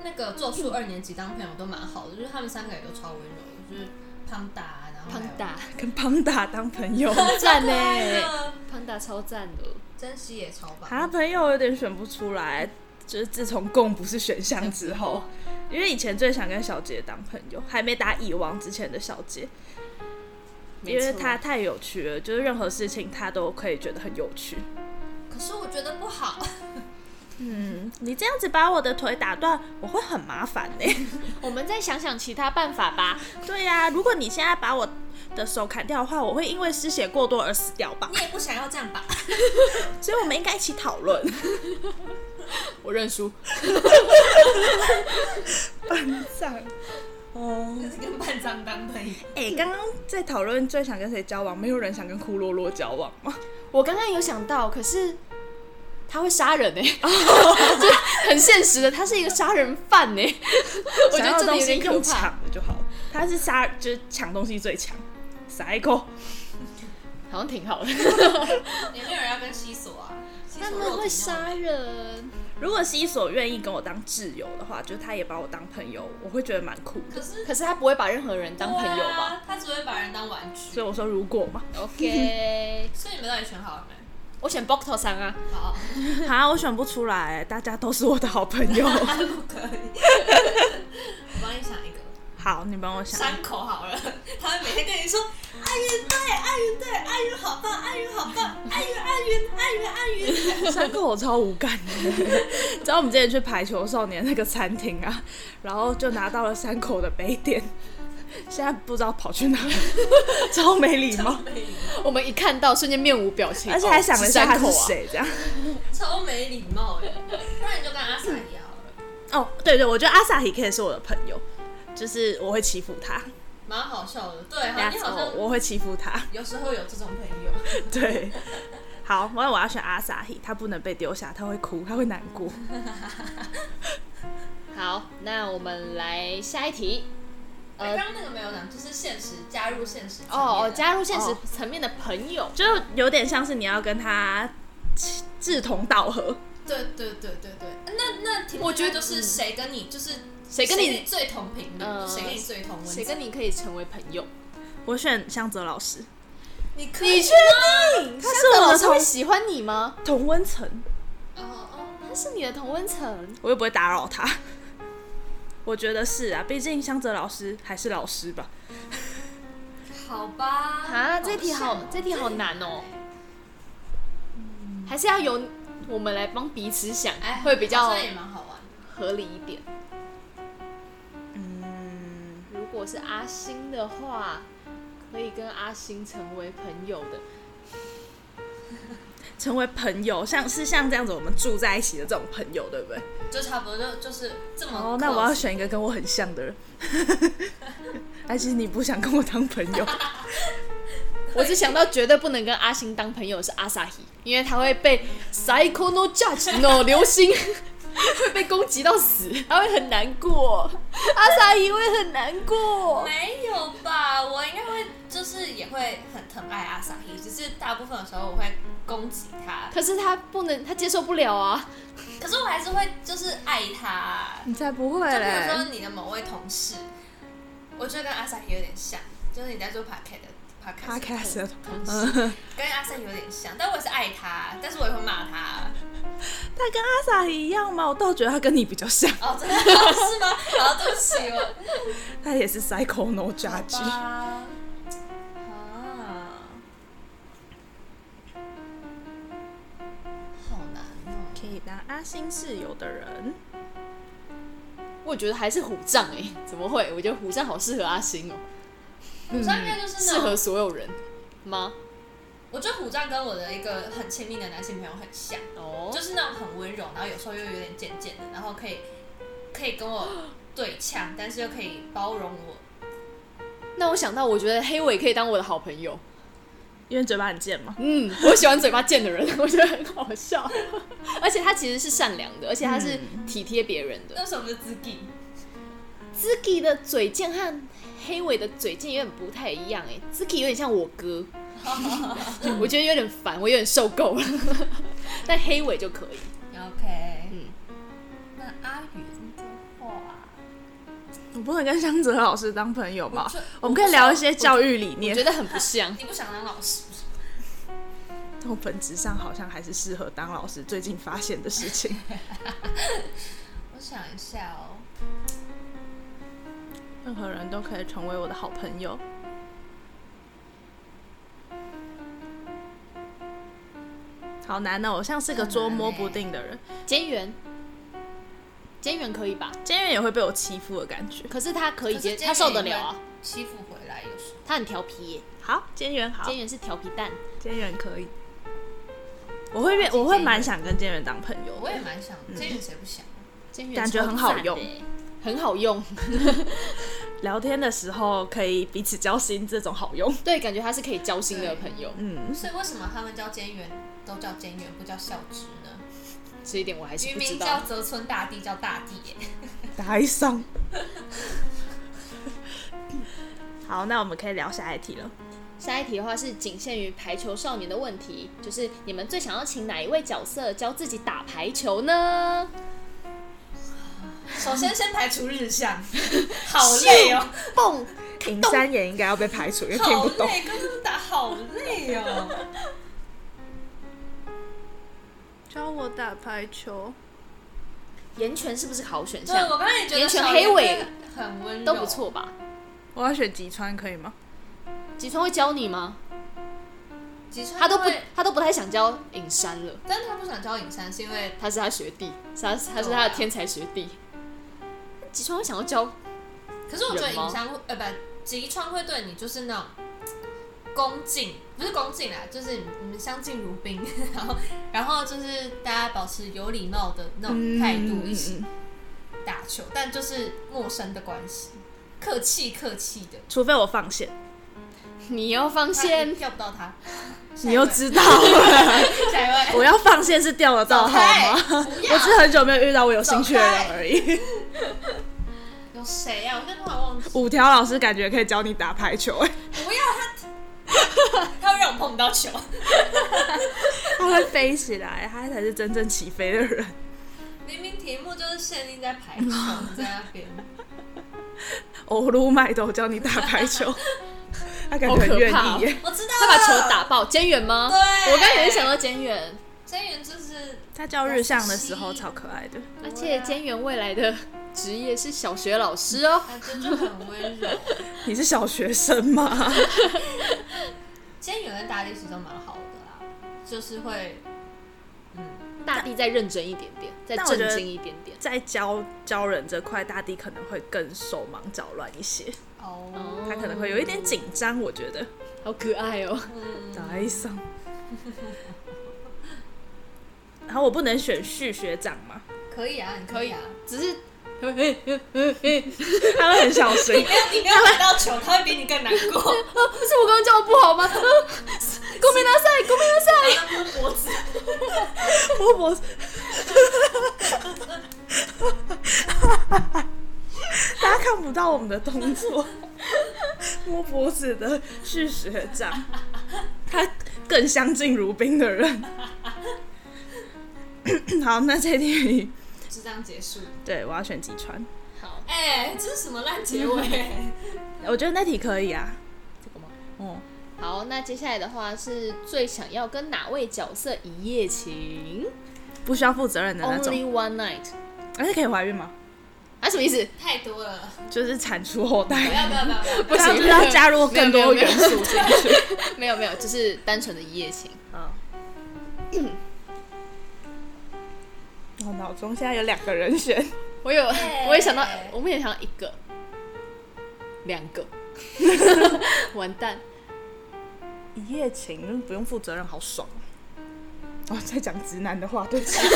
S3: 那个咒术二年级当朋友都蛮好的，就是他们三个也都超温柔的，就是胖达啊，然后还有
S2: 胖达
S1: 跟胖达当朋友，
S2: 赞
S3: 哎
S2: 呢，
S3: 呀
S2: 胖达超赞的，
S3: 珍惜也超棒。
S1: 啊，朋友有点选不出来，就是自从共不是选项之后，因为以前最想跟小杰当朋友，还没打蚁王之前的小杰，因
S2: 没
S1: 为
S2: 错
S1: 他太有趣了，就是任何事情他都可以觉得很有趣。
S3: 可是我觉得不好，
S1: 嗯，你这样子把我的腿打断，我会很麻烦呢、
S2: 我们再想想其他办法吧。
S1: 对呀、如果你现在把我的手砍掉的话，我会因为失血过多而死掉吧
S3: 你？也不想要这样吧？
S1: 所以我们应该一起讨论。
S2: 我认输，
S1: 上哦，
S3: 就是跟班长当朋友，
S1: 哎、刚刚在讨论最想跟谁交往，没有人想跟库洛洛交往吗？
S2: 我刚刚有想到，可是他会杀 人呢、欸就很现实的，他是一个杀人犯呢、欸 我觉
S1: 想要
S2: 得
S1: 的
S2: 这
S1: 东
S2: 里有
S1: 西
S2: 点
S1: 用
S2: 可怕。
S1: 抢的就好了。他是杀，就是抢东西最强。psycho，
S2: 好像挺好的，
S3: 也没有人要跟西索啊。西索
S2: 他
S3: 肉体
S2: 们会
S3: 那种
S2: 杀人。
S1: 如果西索愿意跟我当挚友的话，就是他也把我当朋友，我会觉得蛮酷的。
S3: 可是
S2: 可是他不会把任何人当朋友
S3: 对
S2: 吧
S3: 啊？他只会把人当玩具。
S1: 所以我说，如 果嘛，
S2: ？OK，
S3: 所以你们到底选好了没？
S2: 我选 Bokto 三啊，
S3: 好，
S1: 啊，我选不出来，大家都是我的好朋 友。
S3: 不可以。我帮你想一个。
S1: 好，你帮我想。
S3: 山口好了，他会每天跟你说爱云对，爱云对，爱云好棒，爱云好棒，爱云爱云爱云爱云。
S1: 三个我超无感的， 你知道我们之前去排球少年那个餐厅啊，然后就拿到了三口的杯垫，现在不知道跑去哪 里，超没礼貌
S3: 超，没礼
S2: 我们一看到瞬间面无表情，
S1: 而且还想了一下
S2: 哦
S1: 他
S2: 是山
S1: 是
S2: 口啊。
S1: 谁这样。
S3: 貌， 超没礼貌耶！不然你就跟阿萨也好了，
S1: 哦，对对，我觉得阿萨希可以是我的朋友，就是我会欺负他，
S3: 蛮好笑的。对，好，
S1: 然
S3: 哦你好
S1: 后
S3: 像
S1: 我会欺负他，
S3: 有时候有这种朋友，
S1: 对。好，我我要选阿萨希，他不能被丢下，他会哭，他会难过。
S2: 好，那我们来下一题。
S3: 刚
S2: 呃，
S3: 哎刚那个没有讲，就是现实加入现实层面的。
S2: 哦哦，加入现实
S1: 哦
S2: 层面的朋友，
S1: 就有点像是你要跟他志同道合，
S3: 对对对对对，那那题目
S2: 我觉得嗯
S3: 就是谁跟你就是
S2: 谁跟你
S3: 最同频率，
S2: 呃
S3: 谁跟你最同温层，
S2: 谁跟你可以成为朋友？
S1: 我选香泽老师。
S3: 你可以
S2: 你
S3: 吗
S2: 确定？
S1: 他
S2: 他
S1: 是我的
S2: 老师
S1: 同
S2: 会喜欢你吗？
S1: 同温层，
S3: 哦哦，
S2: 他是你的同温层，
S1: 我又不会打扰他。我觉得是啊，毕竟香泽老师还是老师吧。
S3: 好吧。
S2: 啊这题好
S3: 像
S2: 这题好难哦还是要由我们来帮彼此想
S3: 哎，，
S2: 会比较
S3: 好像也蛮好玩的。
S2: 合理一点。
S1: 嗯，
S2: 如果是阿星的话，可以跟阿星成为朋友的。
S1: 成为朋友，像是像这样子我们住在一起的这种朋友，对不对？
S3: 就差不多就就是这么 close。
S1: 哦，那我要选一个跟我很像的人。 但是你不想跟我当朋友，
S2: 我只想到绝对不能跟阿星当朋友是阿萨希，因为他会被 psycho no judge no 流星 会被攻击到死，他会很难过，阿萨希会很难过。
S3: 没有吧？我应该会就是也会很疼爱阿萨希，只是大部分的时候我会攻击他，
S2: 可是他不能，他接受不了啊。
S3: 可是我还是会就是爱他。
S1: 你才不会
S3: 就比如
S1: 嘞
S3: 说！你的某位同事，我觉得跟阿萨希有点像，就是你在做 p o c a t
S1: 他
S3: podcast
S1: 开始了，
S3: 同
S1: 嗯
S3: 事，跟阿萨希有点像，但我也是爱他，但是我也会骂他。
S1: 他跟阿萨一样吗？我倒觉得他跟你比较像，
S3: 哦，真的是吗？好，对不起，我
S1: 他也是 psycho no
S3: 好
S1: judge。
S3: 吧啊，好难哦。
S1: 可以当阿星室友的人，
S2: 我觉得还是虎杖哎、怎么会？我觉得虎杖好适合阿星哦、
S1: 嗯
S3: 虎杖应该就是
S2: 适
S3: 那
S2: 合
S3: 种，
S2: 所有人吗？
S3: 我觉得虎杖跟我的一个很亲密的男性朋友很像，
S2: 哦
S3: 就是那种很温柔，然后有时候又有点贱贱的，然后可以可以跟我对呛，但是又可以包容我。
S2: 那我想到，我觉得黑尾可以当我的好朋友。
S1: 因为嘴巴很贱嘛。
S2: 嗯，我喜欢嘴巴贱的人， 我觉得很好笑。 嗯而且他其实是善良的，而且他是体贴别人的。
S3: 那时候不是自己，
S2: z k i 的嘴贱和黑尾的嘴贱有点不太一样哎、欸、z k i 有点像我 哥，我觉得有点烦，我有点受够了。 但黑尾就可以，
S3: OK，
S2: 嗯
S3: 那阿元的话，
S1: 我不能跟香泽老师当朋友吧
S3: 我觉得？
S1: 我们可以聊一些教育理
S2: 我
S1: 念
S2: 觉。得很不 像。
S3: 你不想当老师？
S1: 但我本质上好像还是适合当老师，最近发现的事情。
S3: 我想一下哦，
S1: 任何人都可以成为我的好朋友。好难哦，我像是个捉摸不定的人，
S2: 菅原，菅原可以吧？
S1: 监狱也会被我欺负的感觉。
S2: 可是他可以接，
S3: 可是
S2: 他受得了啊，，
S3: 欺负回来有时候。
S2: 他很调皮耶。
S1: 好，监员好，
S2: 菅原是调皮蛋，
S1: 监员可以。我会变，
S3: 好
S1: 我会
S3: 监员
S1: 蛮想跟监员当朋友
S3: 我也
S1: 的。
S3: 蛮想，这个谁不想？
S2: 菅原
S1: 感觉
S2: 超
S1: 很好
S2: 赞的
S1: 用
S2: 耶，很好用。
S1: 欸 聊天的时候可以彼此交心，这种好用。
S2: 对，感觉他是可以交心的朋友。
S1: 嗯，
S3: 所以为什么他们叫监员都叫监员，不叫校职呢？
S2: 这一点我还是
S3: 渔
S2: 不知
S3: 民叫
S2: 道。
S3: 泽村大地叫大地 耶。
S1: 打一上。 好，那我们可以聊下一题了。
S2: 下一题的话是仅限于排球少年的问题，就是你们最想要请哪一位角色教自己打排球呢？
S3: 首先先排除日 向，好累哦，
S2: 蹦，
S1: 尹山也应该要被排除，因
S2: 哦哎
S1: 为听
S3: 好
S1: 不懂。
S3: 累，跟他们打好累 哦。
S1: 教我打排球，
S2: 岩泉是不是好选
S3: 对，我
S2: 项？
S3: 刚才也觉得
S2: 岩泉
S3: 小
S2: 黑尾
S3: 圆很温柔，
S2: 都不。错吧？
S1: 我要选吉川可以吗？
S2: 吉川会教你吗？
S3: 其实
S2: 他都不
S3: 会，
S2: 他都不太想教尹山了。
S3: 但他不想教尹山，是因为
S2: 他是他学弟，是他他是
S3: 啊
S2: 他的天才学弟。吉川会想要教，
S3: 可是我觉得
S2: 人吗
S3: 尹山会，呃，不，吉川会对你就是那种恭敬，不是恭敬啦，就是你们相敬如宾， 然后然后就是大家保持有礼貌的那种态度一起
S1: 嗯，
S3: 打球，但就是陌生的关系，客气客气的。
S1: 除非我放线，
S2: 你要放线
S3: 他，钓不到他，
S1: 你又
S3: 知
S1: 知 道了。
S3: 下一位，
S1: 我要放线是钓得到好吗？
S3: 不
S1: 我只
S3: 要
S1: 是很久没有遇到我有兴趣的人而已。
S3: 有谁啊？我真的突然忘记，
S1: 五条老师感觉可以教你打排球、哎，
S3: 不要他， 他会让我碰不到球。
S1: 他会飞起来，他才是真正起飞的人。
S3: 明明题目就是限定在排球，你在那边，
S1: 欧鲁麦都教你打排球， 他感觉
S2: 好可
S1: 很愿
S2: 怕哦
S1: 意、欸耶。
S3: 我知道
S2: 他把球打爆，菅原吗？
S3: 对
S2: 我刚也是想到菅
S1: 啊
S2: 原，
S3: 真源就是
S1: 他教日向的时候超可爱的，
S2: 而且菅原未来的职业是小学老师 哦。
S3: 啊，真的很温柔。
S1: 你是小学生吗？
S3: 今天有人打力其实都蛮好的啦，就是会，嗯，
S2: 大地再认真一点点，再
S1: 但我觉得
S2: 正经一点点。
S1: 在教教人这块，大地可能会更手忙脚乱一些，
S3: 哦，
S2: 哦
S1: 他可能会有一点紧张，我觉得。
S2: 好可爱哦。
S3: 嗯，
S1: 打一上。然后我不能选旭学长嘛，
S3: 可以啊，你可以啊，
S2: 只是
S1: 他会很小心。
S3: 没有你没有打到球，他会比你更难过，
S2: 是我刚刚叫的不好吗？ 公民大赛，公民大赛，
S3: 他摸脖子，
S1: 我我，大家看不到我们的动作，摸脖子的是学长，他更相敬如宾的人。好，那这题
S3: 就这样结束。
S1: 对我要选吉川，
S2: 好，
S3: 哎、这是什么烂结尾？
S1: 我觉得那题可以啊。
S2: 这个吗？
S1: 嗯，
S2: 好，那接下来的话是最想要跟哪位角色一夜情
S1: 不需要负责任的那种，
S2: ？Only one night，
S1: 而且可以怀孕吗？
S2: 啊，什么意思？
S3: 太多了，
S1: 就是产出后
S3: 不
S1: 代，
S3: 要不要不要不要！
S1: 不就是要加入更多元素进去。
S2: 没有没有，就是单纯的一夜情。
S1: 嗯，
S3: 嗯
S1: 我脑中现在有两个人选，
S2: 我有，
S3: 对
S2: 我也想到，我们也想到一个，两 个，完蛋，
S1: 一夜情就是不用负责任，好爽。哦，在讲直男的话，对不起。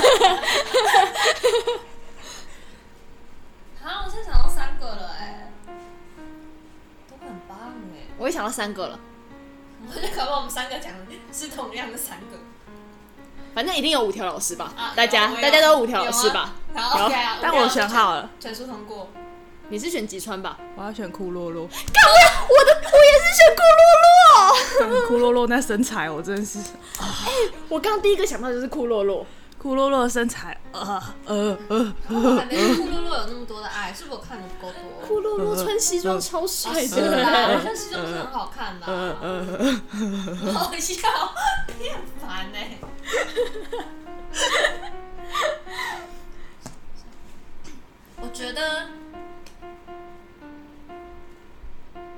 S3: 好，我现在想到三个了、哎，都很棒哎、
S2: 我也想到三个了，
S3: 我觉得可能我们三个讲的是同样的三个
S2: 反正一定有五条老师吧？
S3: 啊，
S2: 大
S3: 有
S2: 家
S3: 有
S2: 大家都有五条老师吧？
S3: 有啊好，OK 啊，
S1: 但我选好了，
S3: 全数通过。
S2: 你是选吉川吧？
S1: 我要选库洛 洛。
S2: 干我要我的我也是选库洛洛。
S1: 但库洛洛那身材，我真的是
S2: 我刚刚第一个想到就是库洛洛，
S1: 库洛洛的身材，呃呃呃，
S3: 我还没库洛洛有那么多的爱，是不是我看的不够多？
S2: 库洛啊洛穿西装超帅
S3: 是啦，
S2: 的，
S3: 但是就是很好看的、 好笑，你很烦呢、我觉得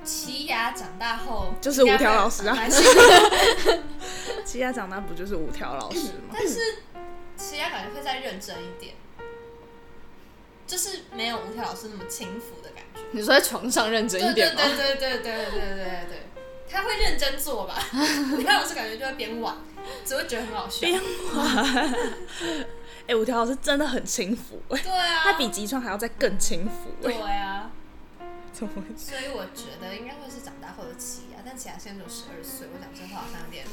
S3: 奇雅长大后
S1: 就是五条老师 啊
S3: 应该会很开心
S1: 奇亚长大不就是五条老师吗？
S3: 但是奇雅感觉会再认真一点，就是没有五条老师那么轻浮的感觉。
S2: 你说在床上认真一点吗？
S3: 对对对对对对对对对，他会认真做吧？你看我是感觉就会边玩，只会觉得很好笑。
S1: 边玩，哎，五条老师真的很轻浮哎，
S3: 对啊，
S1: 他比吉川还要再更轻浮
S3: 对
S1: 哎，
S3: 啊，
S1: 怎么会？
S3: 所以我觉得应该会是长大后的奇亚，但奇亚现在只有十二岁，我讲真话好像有点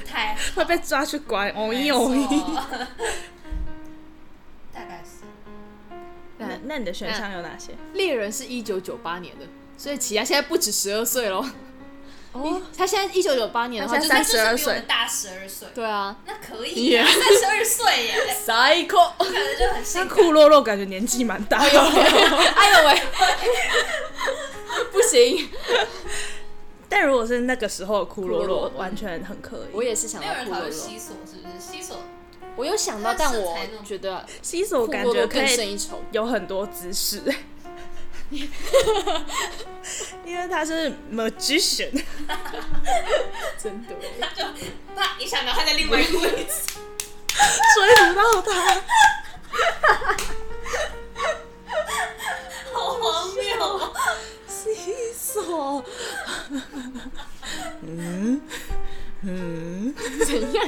S3: 不太好。
S1: 会被抓去关？哦咦哦
S3: 没
S1: 咦。
S3: 错大概是
S1: 那那你的选项有哪些？
S2: 猎人是一九九八年的，所以奇亚现在不止十二岁喽。
S1: 哦，
S2: 他现在一九九八年的 话，
S1: 他
S2: 就
S1: 现
S2: 是
S1: 在
S3: 但
S1: 32
S3: 是比我
S1: 岁
S3: 们大十二岁，
S2: 对啊
S3: 那可以啊，
S2: Yeah
S3: 三十二岁耶，
S2: ，psycho。
S3: 我感觉就很
S1: 像
S3: 辛苦。
S1: 库洛洛感觉年纪蛮 大 的，
S2: 哎呦喂，不行，
S1: 但如果是那个时候的库洛洛
S2: 库洛，洛
S1: 完全很可以。
S2: 我也是想
S3: 没
S2: 到
S3: 有人
S2: 库
S3: 讨
S2: 洛
S3: 论
S2: 洛，
S3: 西索是不是？西索
S2: 我有想到，
S3: 他
S2: 但
S3: 身
S2: 我
S3: 材那种
S2: 觉得
S1: 西索
S2: 库
S1: 感
S2: 洛
S1: 觉
S2: 洛
S1: 可
S2: 更胜
S1: 以
S2: 一筹。
S1: 有很多姿 势，因为他是 magician，
S2: 真的，
S3: 他就啪一下，然后他在另外一个位置。
S1: 追不到 他。
S3: 好荒谬哦！
S1: 西索，嗯嗯，
S2: 怎样？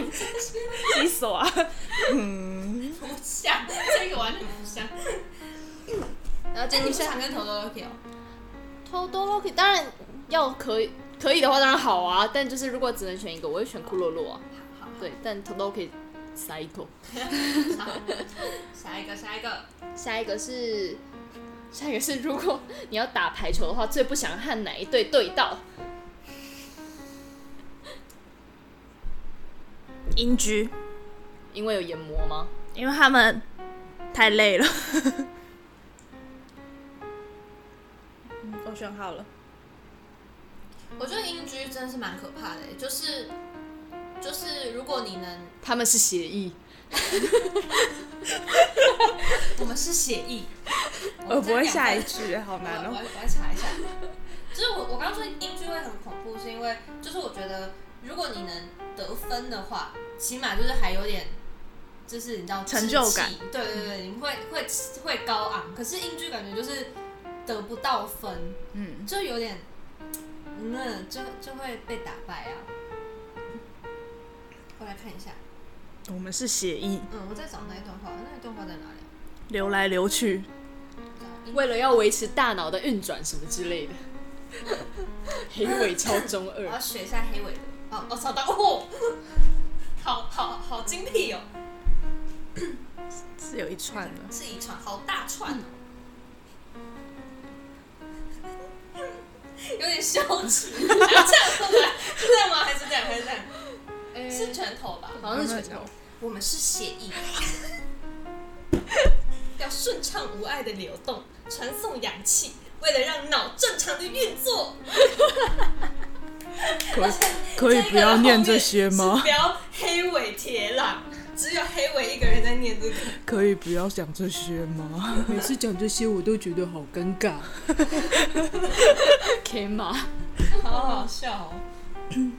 S1: 西索啊，
S3: 不像，这个完全不像。
S2: 然后
S3: 哎，
S2: 进
S3: 你
S2: 入
S3: 不
S2: 下
S3: 想跟头头 Loki 哦？
S2: 偷多洛克，当然要可以，可以的话当然好啊，但就是如果只能选一个，我会选库洛洛啊。
S3: 好好
S2: 对，但偷多可以塞一口。
S3: 好，下一个，下一个，
S2: 下一个是，下一个是，如果你要打排球的话，最不想和哪一队对到？
S1: 英居，
S2: 因为有研磨吗？
S1: 因为他们太累了。嗯我选好了。
S3: 我觉得英居真的是蛮可怕的，就是就是，如果你能，
S2: 他们是协议，
S3: 我们是协议，
S1: 我不会下一
S3: 句，
S1: 句，好
S3: 我
S1: 难
S3: 我
S1: 哦。
S3: 我要查一下。就是我我刚刚说英剧会很恐怖，是因为就是我觉得如果你能得分的话，起码就是还有点，就是你知道
S1: 成就感嗯
S3: 志气，对对对，你会会会高昂。可是英剧感觉就是得不到分，
S1: 嗯，
S3: 就有点，那就就会被打败啊。我来看一下，
S1: 我们是协议，
S3: 嗯，我在找那一段话，那一段话在哪里？
S1: 流来流去。
S2: 为了要维持大脑的运转什么之类的。 黑尾超中
S3: 我要
S2: 二，
S3: 学一下黑尾的。哦，我、找到哦， 好好好精辟哦，
S1: 是有一串的。
S3: 是一串好大串哦，
S2: 嗯
S3: 有点羞耻。 这样对不对？是这样吗？还是这样？还是这样？是拳头吧？
S2: 呃好像是拳头。
S3: 我们是协议， 要顺畅无碍的流动，传送氧气，为了让脑正常的运作。
S1: 可以可以不要念这些吗
S3: 不？要黑尾铁朗，只有黑尾一个人在念这个。
S1: 可以不要讲这些吗？啊
S4: 每次讲这些，我都觉得好尴尬。
S2: K 吗？
S3: 好好笑哦！
S1: 嗯，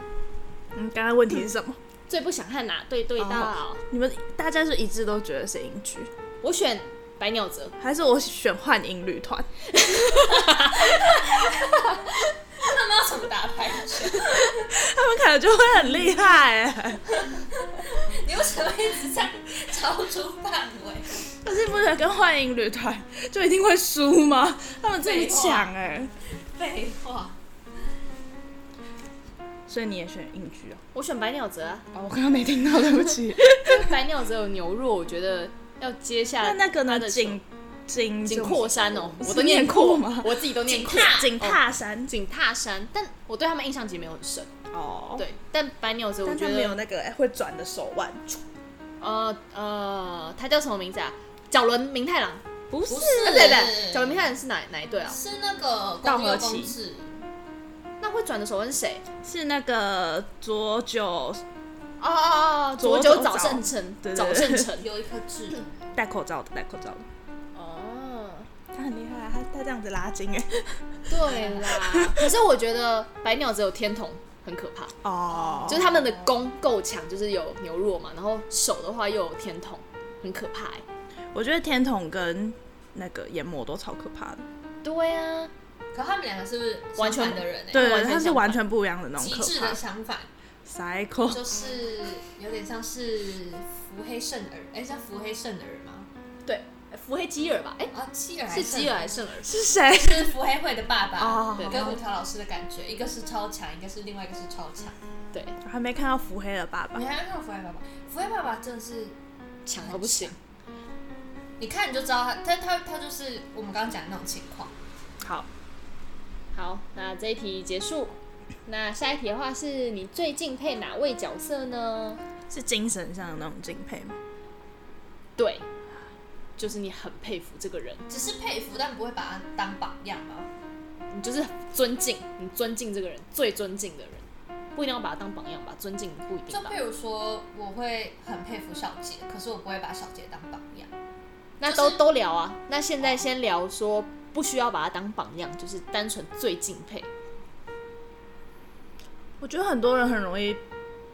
S1: 刚刚问题是什么？
S2: 最不想和哪队对到
S1: 哦？你们大家是一致都觉得是英剧，
S2: 我选白鸟泽，
S1: 还是我选幻影旅团？
S3: 他们要怎么打 排球？
S1: 他们感觉就会很厉害、欸，
S3: 你为什么一直在超出范围？
S1: 可是你不觉得跟幻影旅团就一定会输吗？他们这么强哎、
S3: 废话，
S1: 所以你也选英剧啊？
S2: 我选白鸟泽啊。
S1: 哦，我刚刚没听到，对不 起。
S2: 因为白鸟泽有牛肉，我觉得要接
S1: 那
S2: 下
S1: 那个
S2: 他
S1: 呢？
S2: 的
S1: 景景
S2: 景阔山哦，我都
S1: 是念
S2: 念阔
S1: 阔吗
S2: 我自己都念阔。
S1: 景踏山
S2: 景踏山，但我对他们印象其实没有很深。
S1: 哦，
S2: 对，但白鸟泽我
S1: 但
S2: 觉
S1: 他没有哎
S2: 得
S1: 那个、欸会转的手腕，
S2: 呃呃，他叫什么名字啊？角伦明太郎？不是，
S3: 不
S1: 啊
S2: 对
S3: 是
S2: 对对，角伦明太郎是哪哪一对啊？
S3: 是那个
S1: 道
S3: 公
S1: 和
S3: 佑
S1: 奇
S3: 公治，
S2: 那会转的手是谁？
S1: 是那个佐久
S2: 哦哦哦哦，
S1: 佐
S2: 佐
S1: 久
S2: 久早
S1: 早
S2: 圣城
S1: 对，对
S2: 早
S1: 对
S2: 圣城。
S3: 有一颗痣，
S1: 戴口罩的，戴口罩的，
S2: 哦，
S1: 他很厉害啊，他他这样子拉筋哎。
S2: 对啦。可是我觉得白鸟只有天童很可怕，
S1: 哦，
S2: 就是他们的弓够强，就是有牛肉嘛，然后手的话又有天童，很可怕、欸。
S1: 我觉得天童跟那个研磨都超可怕的，
S2: 对啊，
S3: 可他们两个是不是相
S2: 完全
S3: 反的人欸？
S1: 对，
S2: 完全
S1: 他是
S2: 相反
S1: 完全不一样的那种
S3: 极
S1: 可
S3: 致
S1: 怕
S3: 的。相反，
S1: Psycho，
S3: 就是有点像是伏黑圣儿，哎，像伏黑圣儿吗？
S2: 对，伏黑基尔吧？哎、
S3: 啊，基尔还
S2: 是基尔还
S3: 圣
S2: 是圣尔？
S1: 是谁？
S3: 儿，是伏黑会的爸
S1: 哦
S3: 爸，
S2: 对
S3: 跟五条老师的感觉，一个是超强，一个是另外一个是超强。
S2: 对，
S1: 我还没看到腹黑的爸爸
S3: 你。还没看过伏黑爸爸？伏黑爸爸真的是，
S2: 强到不行。
S3: 你看你就知道他，他他他就是我们刚刚讲的那种情况。
S1: 好，
S2: 好，那这一题结束。那下一题的话是你最敬佩哪位角色呢？
S1: 是精神上的那种敬佩吗？
S2: 对，就是你很佩服这个人，
S3: 只是佩服，但不会把他当榜样吧？
S2: 你就是尊敬，你尊敬这个人，最尊敬的人，不一定要把他当榜样吧？尊敬不一
S3: 就
S2: 定吧
S3: 譬？如说，我会很佩服小杰，可是我不会把小杰当榜样。
S2: 那都都聊啊。那现在先聊说，不需要把他当榜样，就是单纯最敬佩。
S1: 我觉得很多人很容易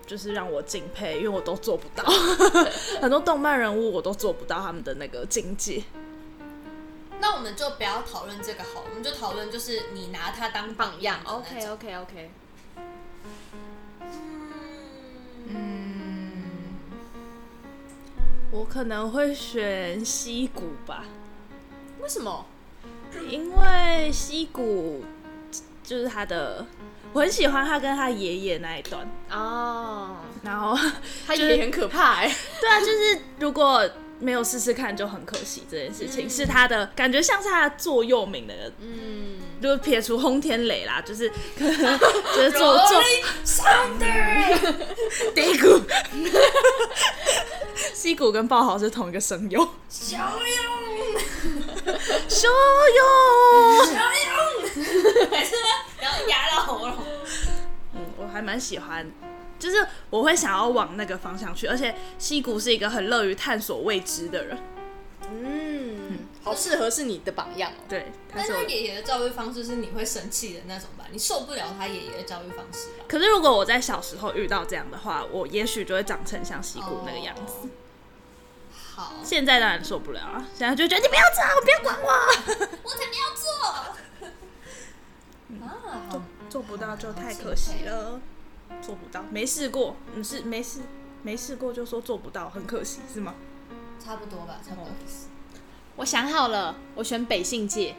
S1: 就是让我敬佩，因为我都做 不到。很多动漫人物我都做不到他们的那个境界。
S3: 那我们就不要讨论这个好，我们就讨论就是你拿他当榜样的那种。
S2: OK OK。
S1: 我可能会选溪谷吧，
S2: 为什么？
S1: 因为溪谷就是他的，我很喜欢他跟他爷爷那一段。
S2: 哦，
S1: 然 后，
S2: 他
S1: 就是
S2: 也很可怕哎、
S1: 对啊，就是如果没有试试看就很可惜。这件事情、是他的感觉像是他的座右铭的，
S2: 嗯，
S1: 就是撇除轰天雷啦，就是可 能就是做做
S3: Thunder，
S1: 低 谷，溪谷跟爆豪是同一个声优，
S3: 小勇，
S1: 声 优。
S3: 还是然后压到喉咙。
S1: 嗯，我还蛮喜欢，就是我会想要往那个方向去，而且溪谷是一个很乐于探索未知的人，
S2: 嗯，好适合是你的榜样哦。
S1: 对，他
S3: 但
S1: 是
S3: 他
S1: 我。
S3: 爷爷的教育方式是你会生气的那种吧？你受不了他爷爷的教育方式吧？
S1: 可是如果我在小时候遇到这样的话，我也许就会长成像溪谷那个样子。
S3: 哦。好，
S1: 现在当然受不了啊，现在就觉得你不要走，不要管我，
S3: 我才不要做。啊，好
S1: 做不到就太可惜了，做不到，没试过，你是没试没试过就说做不到，很可惜是吗？
S3: 差不多吧，差
S1: 哦
S3: 不多。
S2: 我想好了，我选北信界。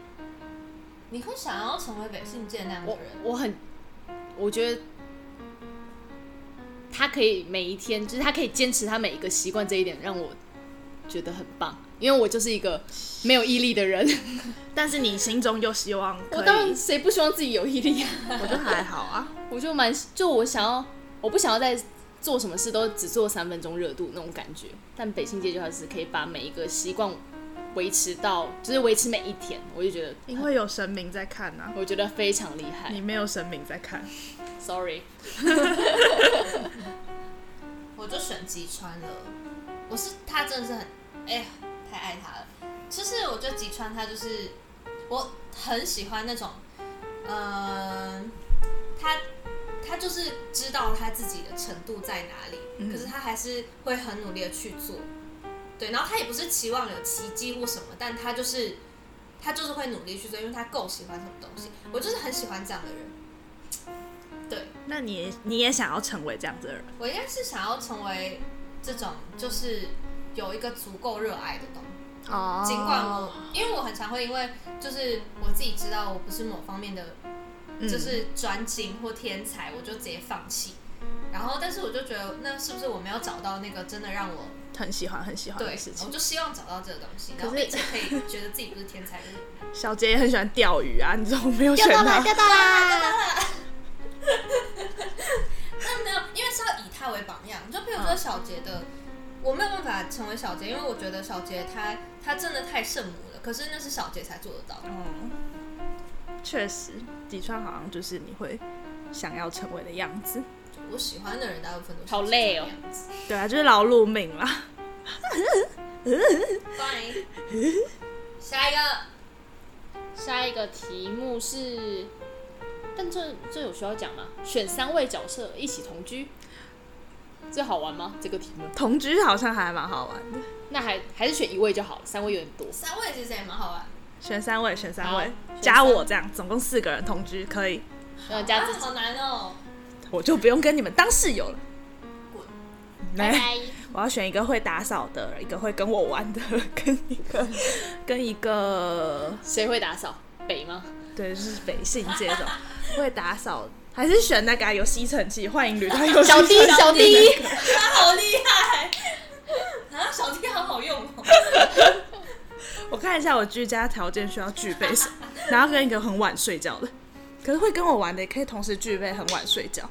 S3: 你会想要成为北信界那样的
S2: 我
S3: 人？
S2: 我很，我觉得他可以每一天，就是他可以坚持他每一个习惯，这一点让我觉得很棒。因为我就是一个没有毅力的人，
S1: 但是你心中又希望可
S2: 我当然
S1: 以，
S2: 谁不希望自己有毅力啊？
S1: 我就还好啊。
S2: 我就蛮就我想要，我不想要再做什么事都只做三分钟热度那种感觉。但北信界就还是可以把每一个习惯维持到，就是维持每一天，我就觉得
S1: 因为有神明在看呐、
S2: 我觉得非常厉害。
S1: 你没有神明在看，
S2: Sorry，
S3: 我就选吉川了。我是他真的是很，哎、呀，太爱他了。就是我觉得吉川他就是我很喜欢那种，嗯、他他就是知道他自己的程度在哪里，可是他还是会很努力的去做。对，然后他也不是期望有奇迹或什么，但他就是他就是会努力去做，因为他够喜欢什么东西。我就是很喜欢这样的人。对，
S1: 那你你也想要成为这样子的人？
S3: 我应该是想要成为这种，就是有一个足够热爱的东西。
S1: 哦
S3: 尽管我，因为我很常会因为就是我自己知道我不是某方面的，
S1: 嗯
S3: 就是专精或天才，我就直接放弃。然后，但是我就觉得，那是不是我没有找到那个真的让我
S1: 很喜欢很喜欢
S3: 对
S1: 的事？
S3: 我
S1: 情。
S3: 就希望找到这个东西，
S1: 可是
S3: 然后并且可以觉得自己不是天才，就是
S1: 小杰也很喜欢钓鱼啊，你怎么没有
S2: 钓
S1: 选
S2: 到啦，
S1: 他？
S2: 钓到啦！嗯
S3: 但没有，因为是要以他为榜样。就比如说小杰的我没有办法成为小杰，因为我觉得小杰他他真的太圣母了，可是那是小杰才做得到的。
S1: 嗯， 确实，底川好像就是你会想要成为的样子。
S3: 就我喜欢的人大部分都是
S2: 好累哦
S3: 这样子。
S1: 对啊，就是劳碌命啦。
S3: 拜。下一个，
S2: 下一个题目是，但这这有需要讲吗？选三位角色一起同居，这好玩吗？这个题目？
S1: 同居好像还蛮好玩的，
S2: 那还还是选一位就好了，三位有点多。
S3: 三位其实也蛮好玩。
S1: 选三位，选三
S2: 好
S1: 位
S2: 选，三
S1: 加我这样，总共四个人同居可以，
S2: 然后加自
S3: 啊
S2: 己，
S3: 好难哦。
S1: 我就不用跟你们当室友了。
S3: 滚
S2: 拜拜。
S1: 我要选一个会打扫的，一个会跟我玩的， 跟一个跟一个
S2: 谁会打扫？北吗？
S1: 对，就是北信这种 会打扫，还是选那个啊有吸尘器，幻 影旅
S4: 哎
S1: 团有
S2: 小
S1: 吸
S2: 弟
S1: 尘，
S2: 小弟，
S3: 他好厉害 啊！小弟好好用哦。
S1: 我看一下我居家条件需要具备什么，然后跟一个很晚睡觉的，可是会跟我玩的也可以同时具备很晚睡觉。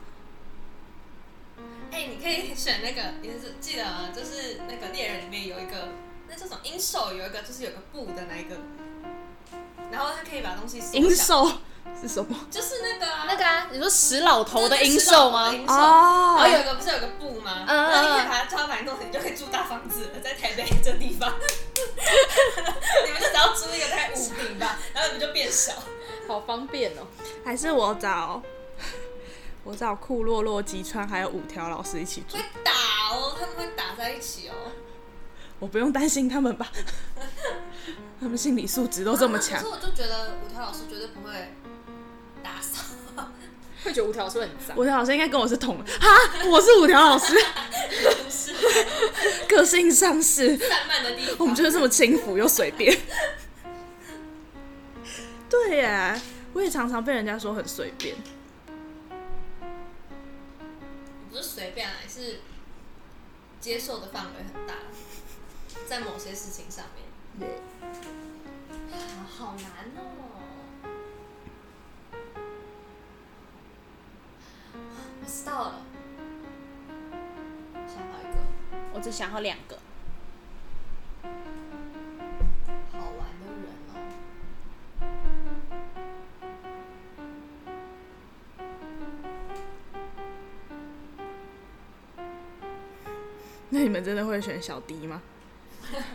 S3: 哎、你可以选那个，也是记得啊就是那个猎人里面有一个，那叫什么鹰兽，有一个就是有个布的那一个，然后他可以把东西缩小
S1: 银，手是什么？
S3: 就是那个、啊、
S2: 那个啊，你说死老头的
S3: 那
S2: 阴
S3: 个石
S2: 兽
S3: 头
S2: 吗
S3: 的？鹰兽然后有
S1: 哦，
S3: 一个不是有个布吗？
S2: 嗯嗯
S3: 然后你可以把它叫它把你弄成，你就可以住大房子了，在台北这地方。 你们就只要租一个在五平吧，然后你们就变小。
S2: 好方便哦。
S1: 还是我找我找库洛洛、吉川还有五条老师一起住
S3: 会，打哦，他们会打在一起哦。
S1: 我不用担心他们 吧？他们心理素质都这么强
S3: 啊可是，我就觉得五条老师绝对不会打 扫。
S2: 会觉得五条是很脏，
S1: 五条老师应该跟我是同哈，啊我是五条老师，
S3: 不是
S1: 个性上是，
S3: 散漫的地方，
S1: 我们就是这么轻浮又随便。对耶，我也常常被人家说很随便。
S3: 不是随便啊，是接受的范围很大，在某些事情上面。啊，好难哦！我知道了，想好一个
S2: 我只想要两个。
S3: 好玩的人哦。
S1: 那你们真的会选小迪吗？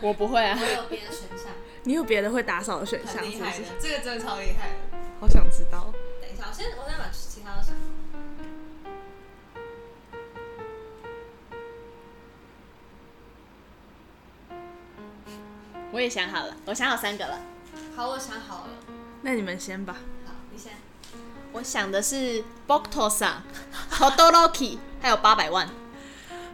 S2: 我不会啊
S3: 我，有别的选项，
S1: 你有别的会打扫的选项
S3: 很
S1: 是
S3: 厉
S1: 不
S3: 害
S1: 是
S3: 的？，这个真的超厉害的。
S1: 好想知道。
S3: 等一下，我先我先把其他都想好。
S2: 我也想好了，我想好三个了。
S3: 好，我想好了。
S1: 那你们先吧。
S3: 好，你先。
S2: 我想的是 Bokto 上、Todoroki，还有八百万。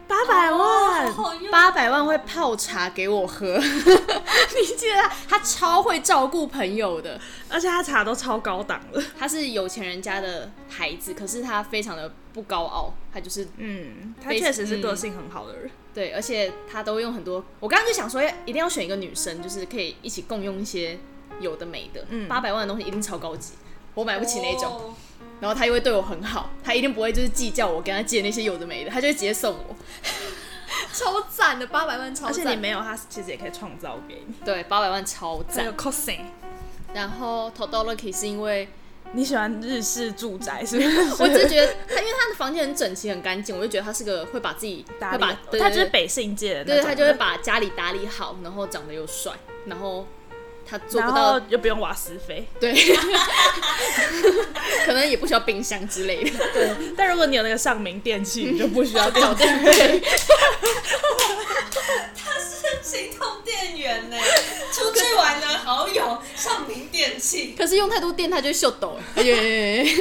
S1: 八百万，
S3: 哦好用。
S2: 八百万会泡茶给我喝， 你记得他他超会照顾朋友的，
S1: 而且他茶都超高档了。
S2: 他是有钱人家的孩子，可是他非常的不高傲，他就是
S1: 嗯，他
S2: 非
S1: 确实是个性很好的人。
S2: 对，而且他都用很多，我刚刚就想说要一定要选一个女生，就是可以一起共用一些有的没的，
S1: 嗯
S2: 八百万的东西一定超高级，我买不起那种，
S3: 哦
S2: 然后他又会对我很好，他一定不会就是计较我跟他借那些有的没的，他就会直接送我，超赞的八百万超
S1: 而
S2: 赞，
S1: 且你没有他，其实也可以创造给你。
S2: 对八百万超
S1: 还有
S2: 赞，
S1: cosing，
S2: 然后 Todoroki 是因为。
S1: 你喜欢日式住宅是不是？
S2: 我只是觉得他，因为他的房间很整齐、很干净，我就觉得他是个会把自己
S1: 打
S2: 会
S1: 理
S2: 把，对
S1: 他就是
S2: 对
S1: 北信界的那
S2: 对，
S1: 种人，
S2: 他就会把家里打理好，然后长得又帅，然后他做
S1: 然
S2: 不
S1: 后
S2: 到，
S1: 又不用瓦斯费。
S2: 对，可能也不需要冰箱之类 的，
S1: 但如果你有那个上名电器，你就不需 要电
S2: 找
S1: 器。
S2: 对，
S3: 行动电源呢？ 出去玩的好友上名电器，
S2: 可是用太多电，他就会秀抖， 哎呦哎呦哎呦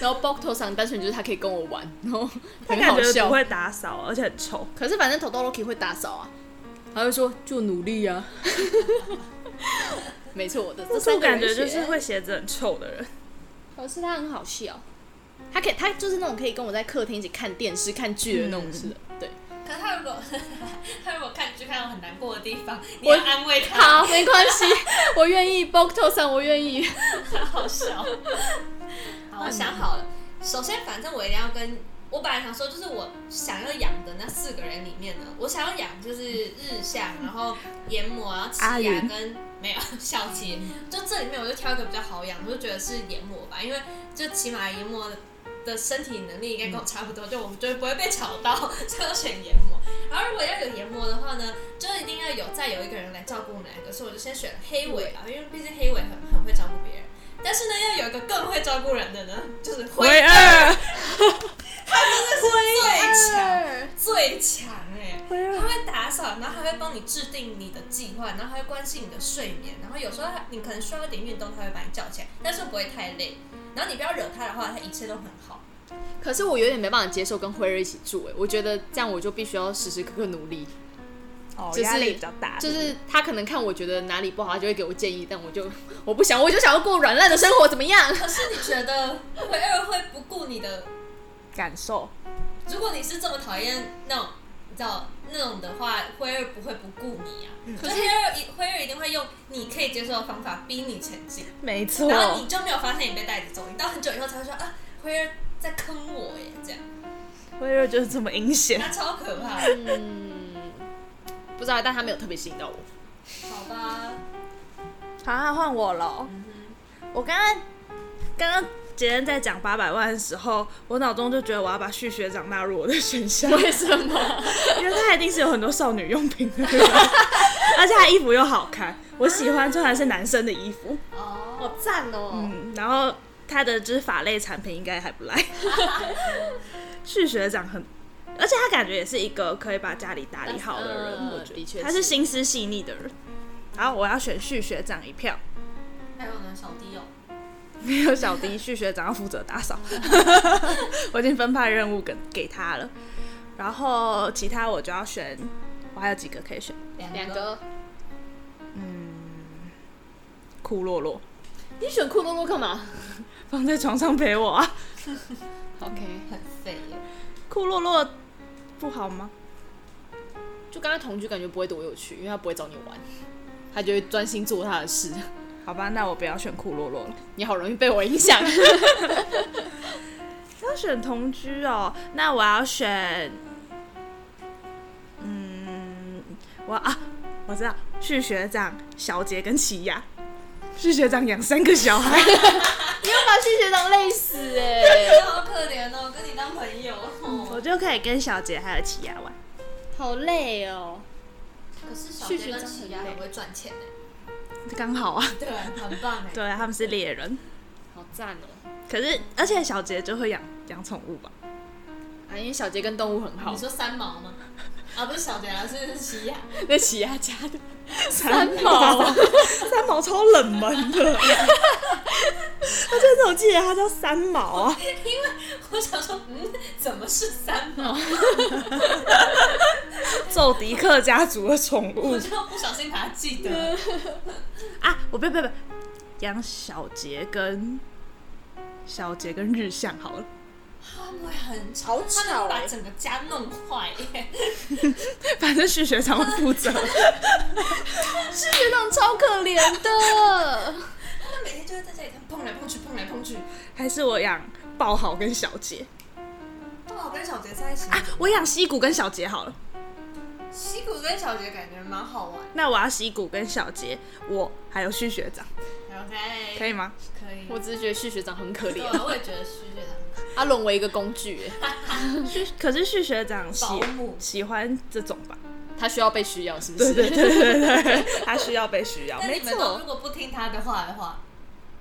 S2: 然后 Bokto 上单纯就是他可以跟我玩，然后
S1: 他
S2: 很
S1: 感
S2: 好
S1: 觉
S2: 笑
S1: 不。会打扫，而且很臭。
S2: 可是反正 Todoroki 会打扫啊，他会说就努力啊。没错，我的这三
S1: 我
S2: 个人
S1: 感觉就
S2: 选
S1: 是会鞋子很臭的人。
S2: 可是他很好笑，他可以，他就是那种可以跟我在客厅一起看电视、看剧的那种似的。对，
S3: 可是他如果 他如果看剧看到很难过的地方，你
S2: 我
S3: 要安慰他，
S2: 好，没关 系，我愿意 b o k t o 上，我愿意。
S3: 好笑。好，我想好了。首先，反正我一定要跟我本来想说，就是我想要养的那四个人里面呢，我想要养就是日向，然后研磨，然后奇
S1: 阿
S3: 雅
S1: 云
S3: 跟没有小琪，就这里面我就挑一个比较好养，我就觉得是研磨吧，因为就起码研磨的身体能力应该跟我差不多，就我觉得不会被吵到， 所以我选研磨。然后如果要有研磨的话呢，就一定要有再有一个人来照顾我们两个，所以我就先选了黑尾吧，因为毕竟黑尾很很会照顾别人。但是呢，要有一个更会照顾人的呢，就是灰
S1: 回 二，
S3: 最强最强哎、
S1: 回
S3: 他
S1: 二，
S3: 会打扫，然后还会帮你制定你的计划，然后还会关心你的睡眠，然后有时候他你可能需要一点运动，他会把你叫起来，但是不会太累。然后你不要惹他的话，他一切都很好。
S2: 可是我有点没办法接受跟辉瑞一起住、哎，我觉得这样我就必须要时时刻刻努力。
S1: 哦，
S2: 就是
S1: 压力比较大，
S2: 就是他可能看我觉得哪里不好，他就会给我建议，但我就 我不想，我就想要过软烂的生活，怎么样？
S3: 可是你觉得维尔会不顾你的？
S1: 感受。
S3: 如果你是这么讨厌那种，你知道那种的话，辉儿不会不顾你啊。
S1: 嗯
S3: 可是辉儿一辉儿一定会用你可以接受的方法逼你前进。
S1: 没错
S3: 然后你就没有发现你被带着走，你到很久以后才会说啊，辉儿在坑我耶，这样，
S1: 辉瑞就是这么阴险。
S3: 那超可怕的。
S2: 嗯，不知道，但他没有特别吸引到我。
S3: 好吧，
S1: 好，那换我喽。我刚刚刚刚杰恩在讲八百万的时候，我脑中就觉得我要把旭学长纳入我的选 项，
S2: 为什么？
S1: 因为他一定是有很多少女用品的人， 而且他衣服又好看，我喜欢穿的是男生的衣服。
S3: 哦，
S2: 好赞哦、
S1: 嗯，然后他的就是法类产品应该还 不赖。旭学长很，而且他感觉也是一个可以把家里打理好的人，
S2: 嗯
S1: 我觉得
S2: 的确
S1: 他
S2: 是
S1: 是心思细腻的人。然后我要选旭学长一票，
S3: 还有呢，小弟哦，
S1: 没有小迪，旭学长要负责打扫， 我已经分派任务给给他了。然后其他我就要选，我还有几个可以选，
S2: 两，个，
S1: 库洛洛
S2: 你选库洛洛干嘛
S1: 放在床上陪我啊。
S2: ？OK，
S3: 很废耶。
S1: 库洛洛不好吗？
S2: 就跟他同居感觉不会多有趣，因为他不会找你玩，他就会专心做他的事。
S1: 好吧，那我不要选库洛洛了。
S2: 你好容易被我影响。
S1: 要选同居哦，那我要选，嗯，我啊，我知道，旭学长、小杰跟齐雅，旭学长养三个小孩，
S2: 你要把谢学长累死哎、
S3: 好可怜哦，跟你当朋友。
S2: 嗯
S1: 我就可以跟小杰还有齐雅玩。
S2: 好累哦、
S3: 可是小
S2: 旭
S3: 弟
S2: 旭
S3: 跟
S2: 真
S3: 齐
S2: 很
S3: 亚
S2: 累
S3: 很会赚钱哎，
S1: 刚好啊，
S3: 对，很棒哎。
S1: 对，他们是猎人，
S2: 好赞哦、
S1: 可是而且小杰就会养养宠物吧？
S2: 啊，因为小杰跟动物很好
S3: 你，说三毛吗？啊，不是小杰啊，是齐亚。
S2: 那起亚家的
S1: 三
S2: 毛啊
S1: 三毛超冷门的，他真的我记得他叫三毛啊，
S3: 我想说，嗯，怎么是三毛？
S1: 哦揍迪克家族的宠物
S3: 我就不小心把它记得了。
S1: 嗯啊，我不不不，养小杰跟小杰跟日向好了，
S3: 他们会很吵，
S2: 吵
S3: 他们把
S2: 欸
S3: 整个家弄坏耶。
S1: 反正旭学长会负责。
S2: 谢学长超可怜的。
S3: 他每天就会在家里这样碰来碰去，碰来碰
S1: 啊
S3: 去。
S1: 还是我养爆好跟小杰
S3: 刚好跟小杰在一起
S1: 啊，我养溪谷跟小杰好了。
S3: 西谷跟小杰感觉蛮好玩。
S1: 那我要溪谷跟小杰，我还有旭学长，
S3: OK，
S1: 可以吗？
S3: 可以
S2: 我只是觉得谢学长很可
S3: 对，
S2: 怜，
S3: 我也觉得是这
S2: 他沦为一个工具欸、
S1: 旭可是旭学长喜
S3: 保姆
S1: 喜欢这种吧？
S2: 他需要被需要，是不是？
S1: 对对对对对，他需要被需要，
S3: 样。那
S1: 没
S3: 你们都
S1: 错
S3: 如，果不听他的话的话，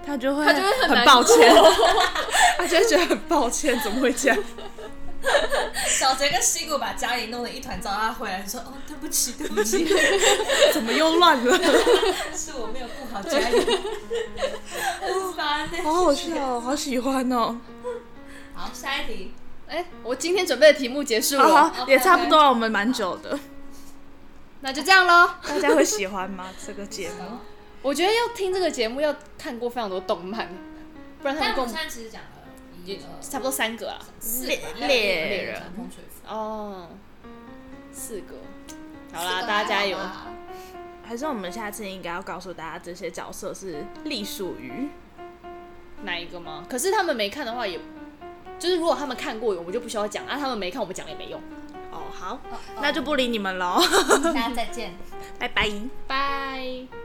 S1: 他就会
S2: 他就会很
S1: 很
S2: 难
S1: 抱
S2: 过
S1: 歉，他就会觉得很抱歉，怎么会这样？
S3: 小杰跟西谷把家里弄得一团糟，他回来就说：“哦，对不起，对 不起，
S1: 怎么又乱了？
S3: 是我没有顾好家里。” 很烦欸
S1: 好好笑哦，好喜欢哦。
S3: 好，下一题，
S2: 哎、我今天准备的题目结束了，
S1: 好好，
S3: OK，
S1: 也差不多了，我们蛮久的，
S2: 那就这样喽。
S1: 大家会喜欢吗？这个节目？
S2: 我觉得要听这个节目要看过非常多动漫，不然他
S3: 但
S2: 们
S3: 我
S2: 嗯共
S3: 们现在其实讲了一二
S2: 差不多三个啊。
S3: 四
S1: 猎
S3: 吧
S1: 猎
S3: 猎
S1: 人
S3: 乘风雪浮
S2: 哦，四个，好
S3: 四
S2: 啦，
S3: 个
S2: 大家
S3: 还
S2: 加
S3: 好
S2: 油。
S3: 吧
S1: 还是我们下次应该要告诉大家这些角色是隶属于
S2: 哪一个吗？可是他们没看的话也，就是如果他们看过，我们就不需要讲；啊，他们没看，我们讲也没用。
S1: 哦，好，那就不理你们喽，
S3: 大家再见。
S1: 拜拜。
S2: 拜。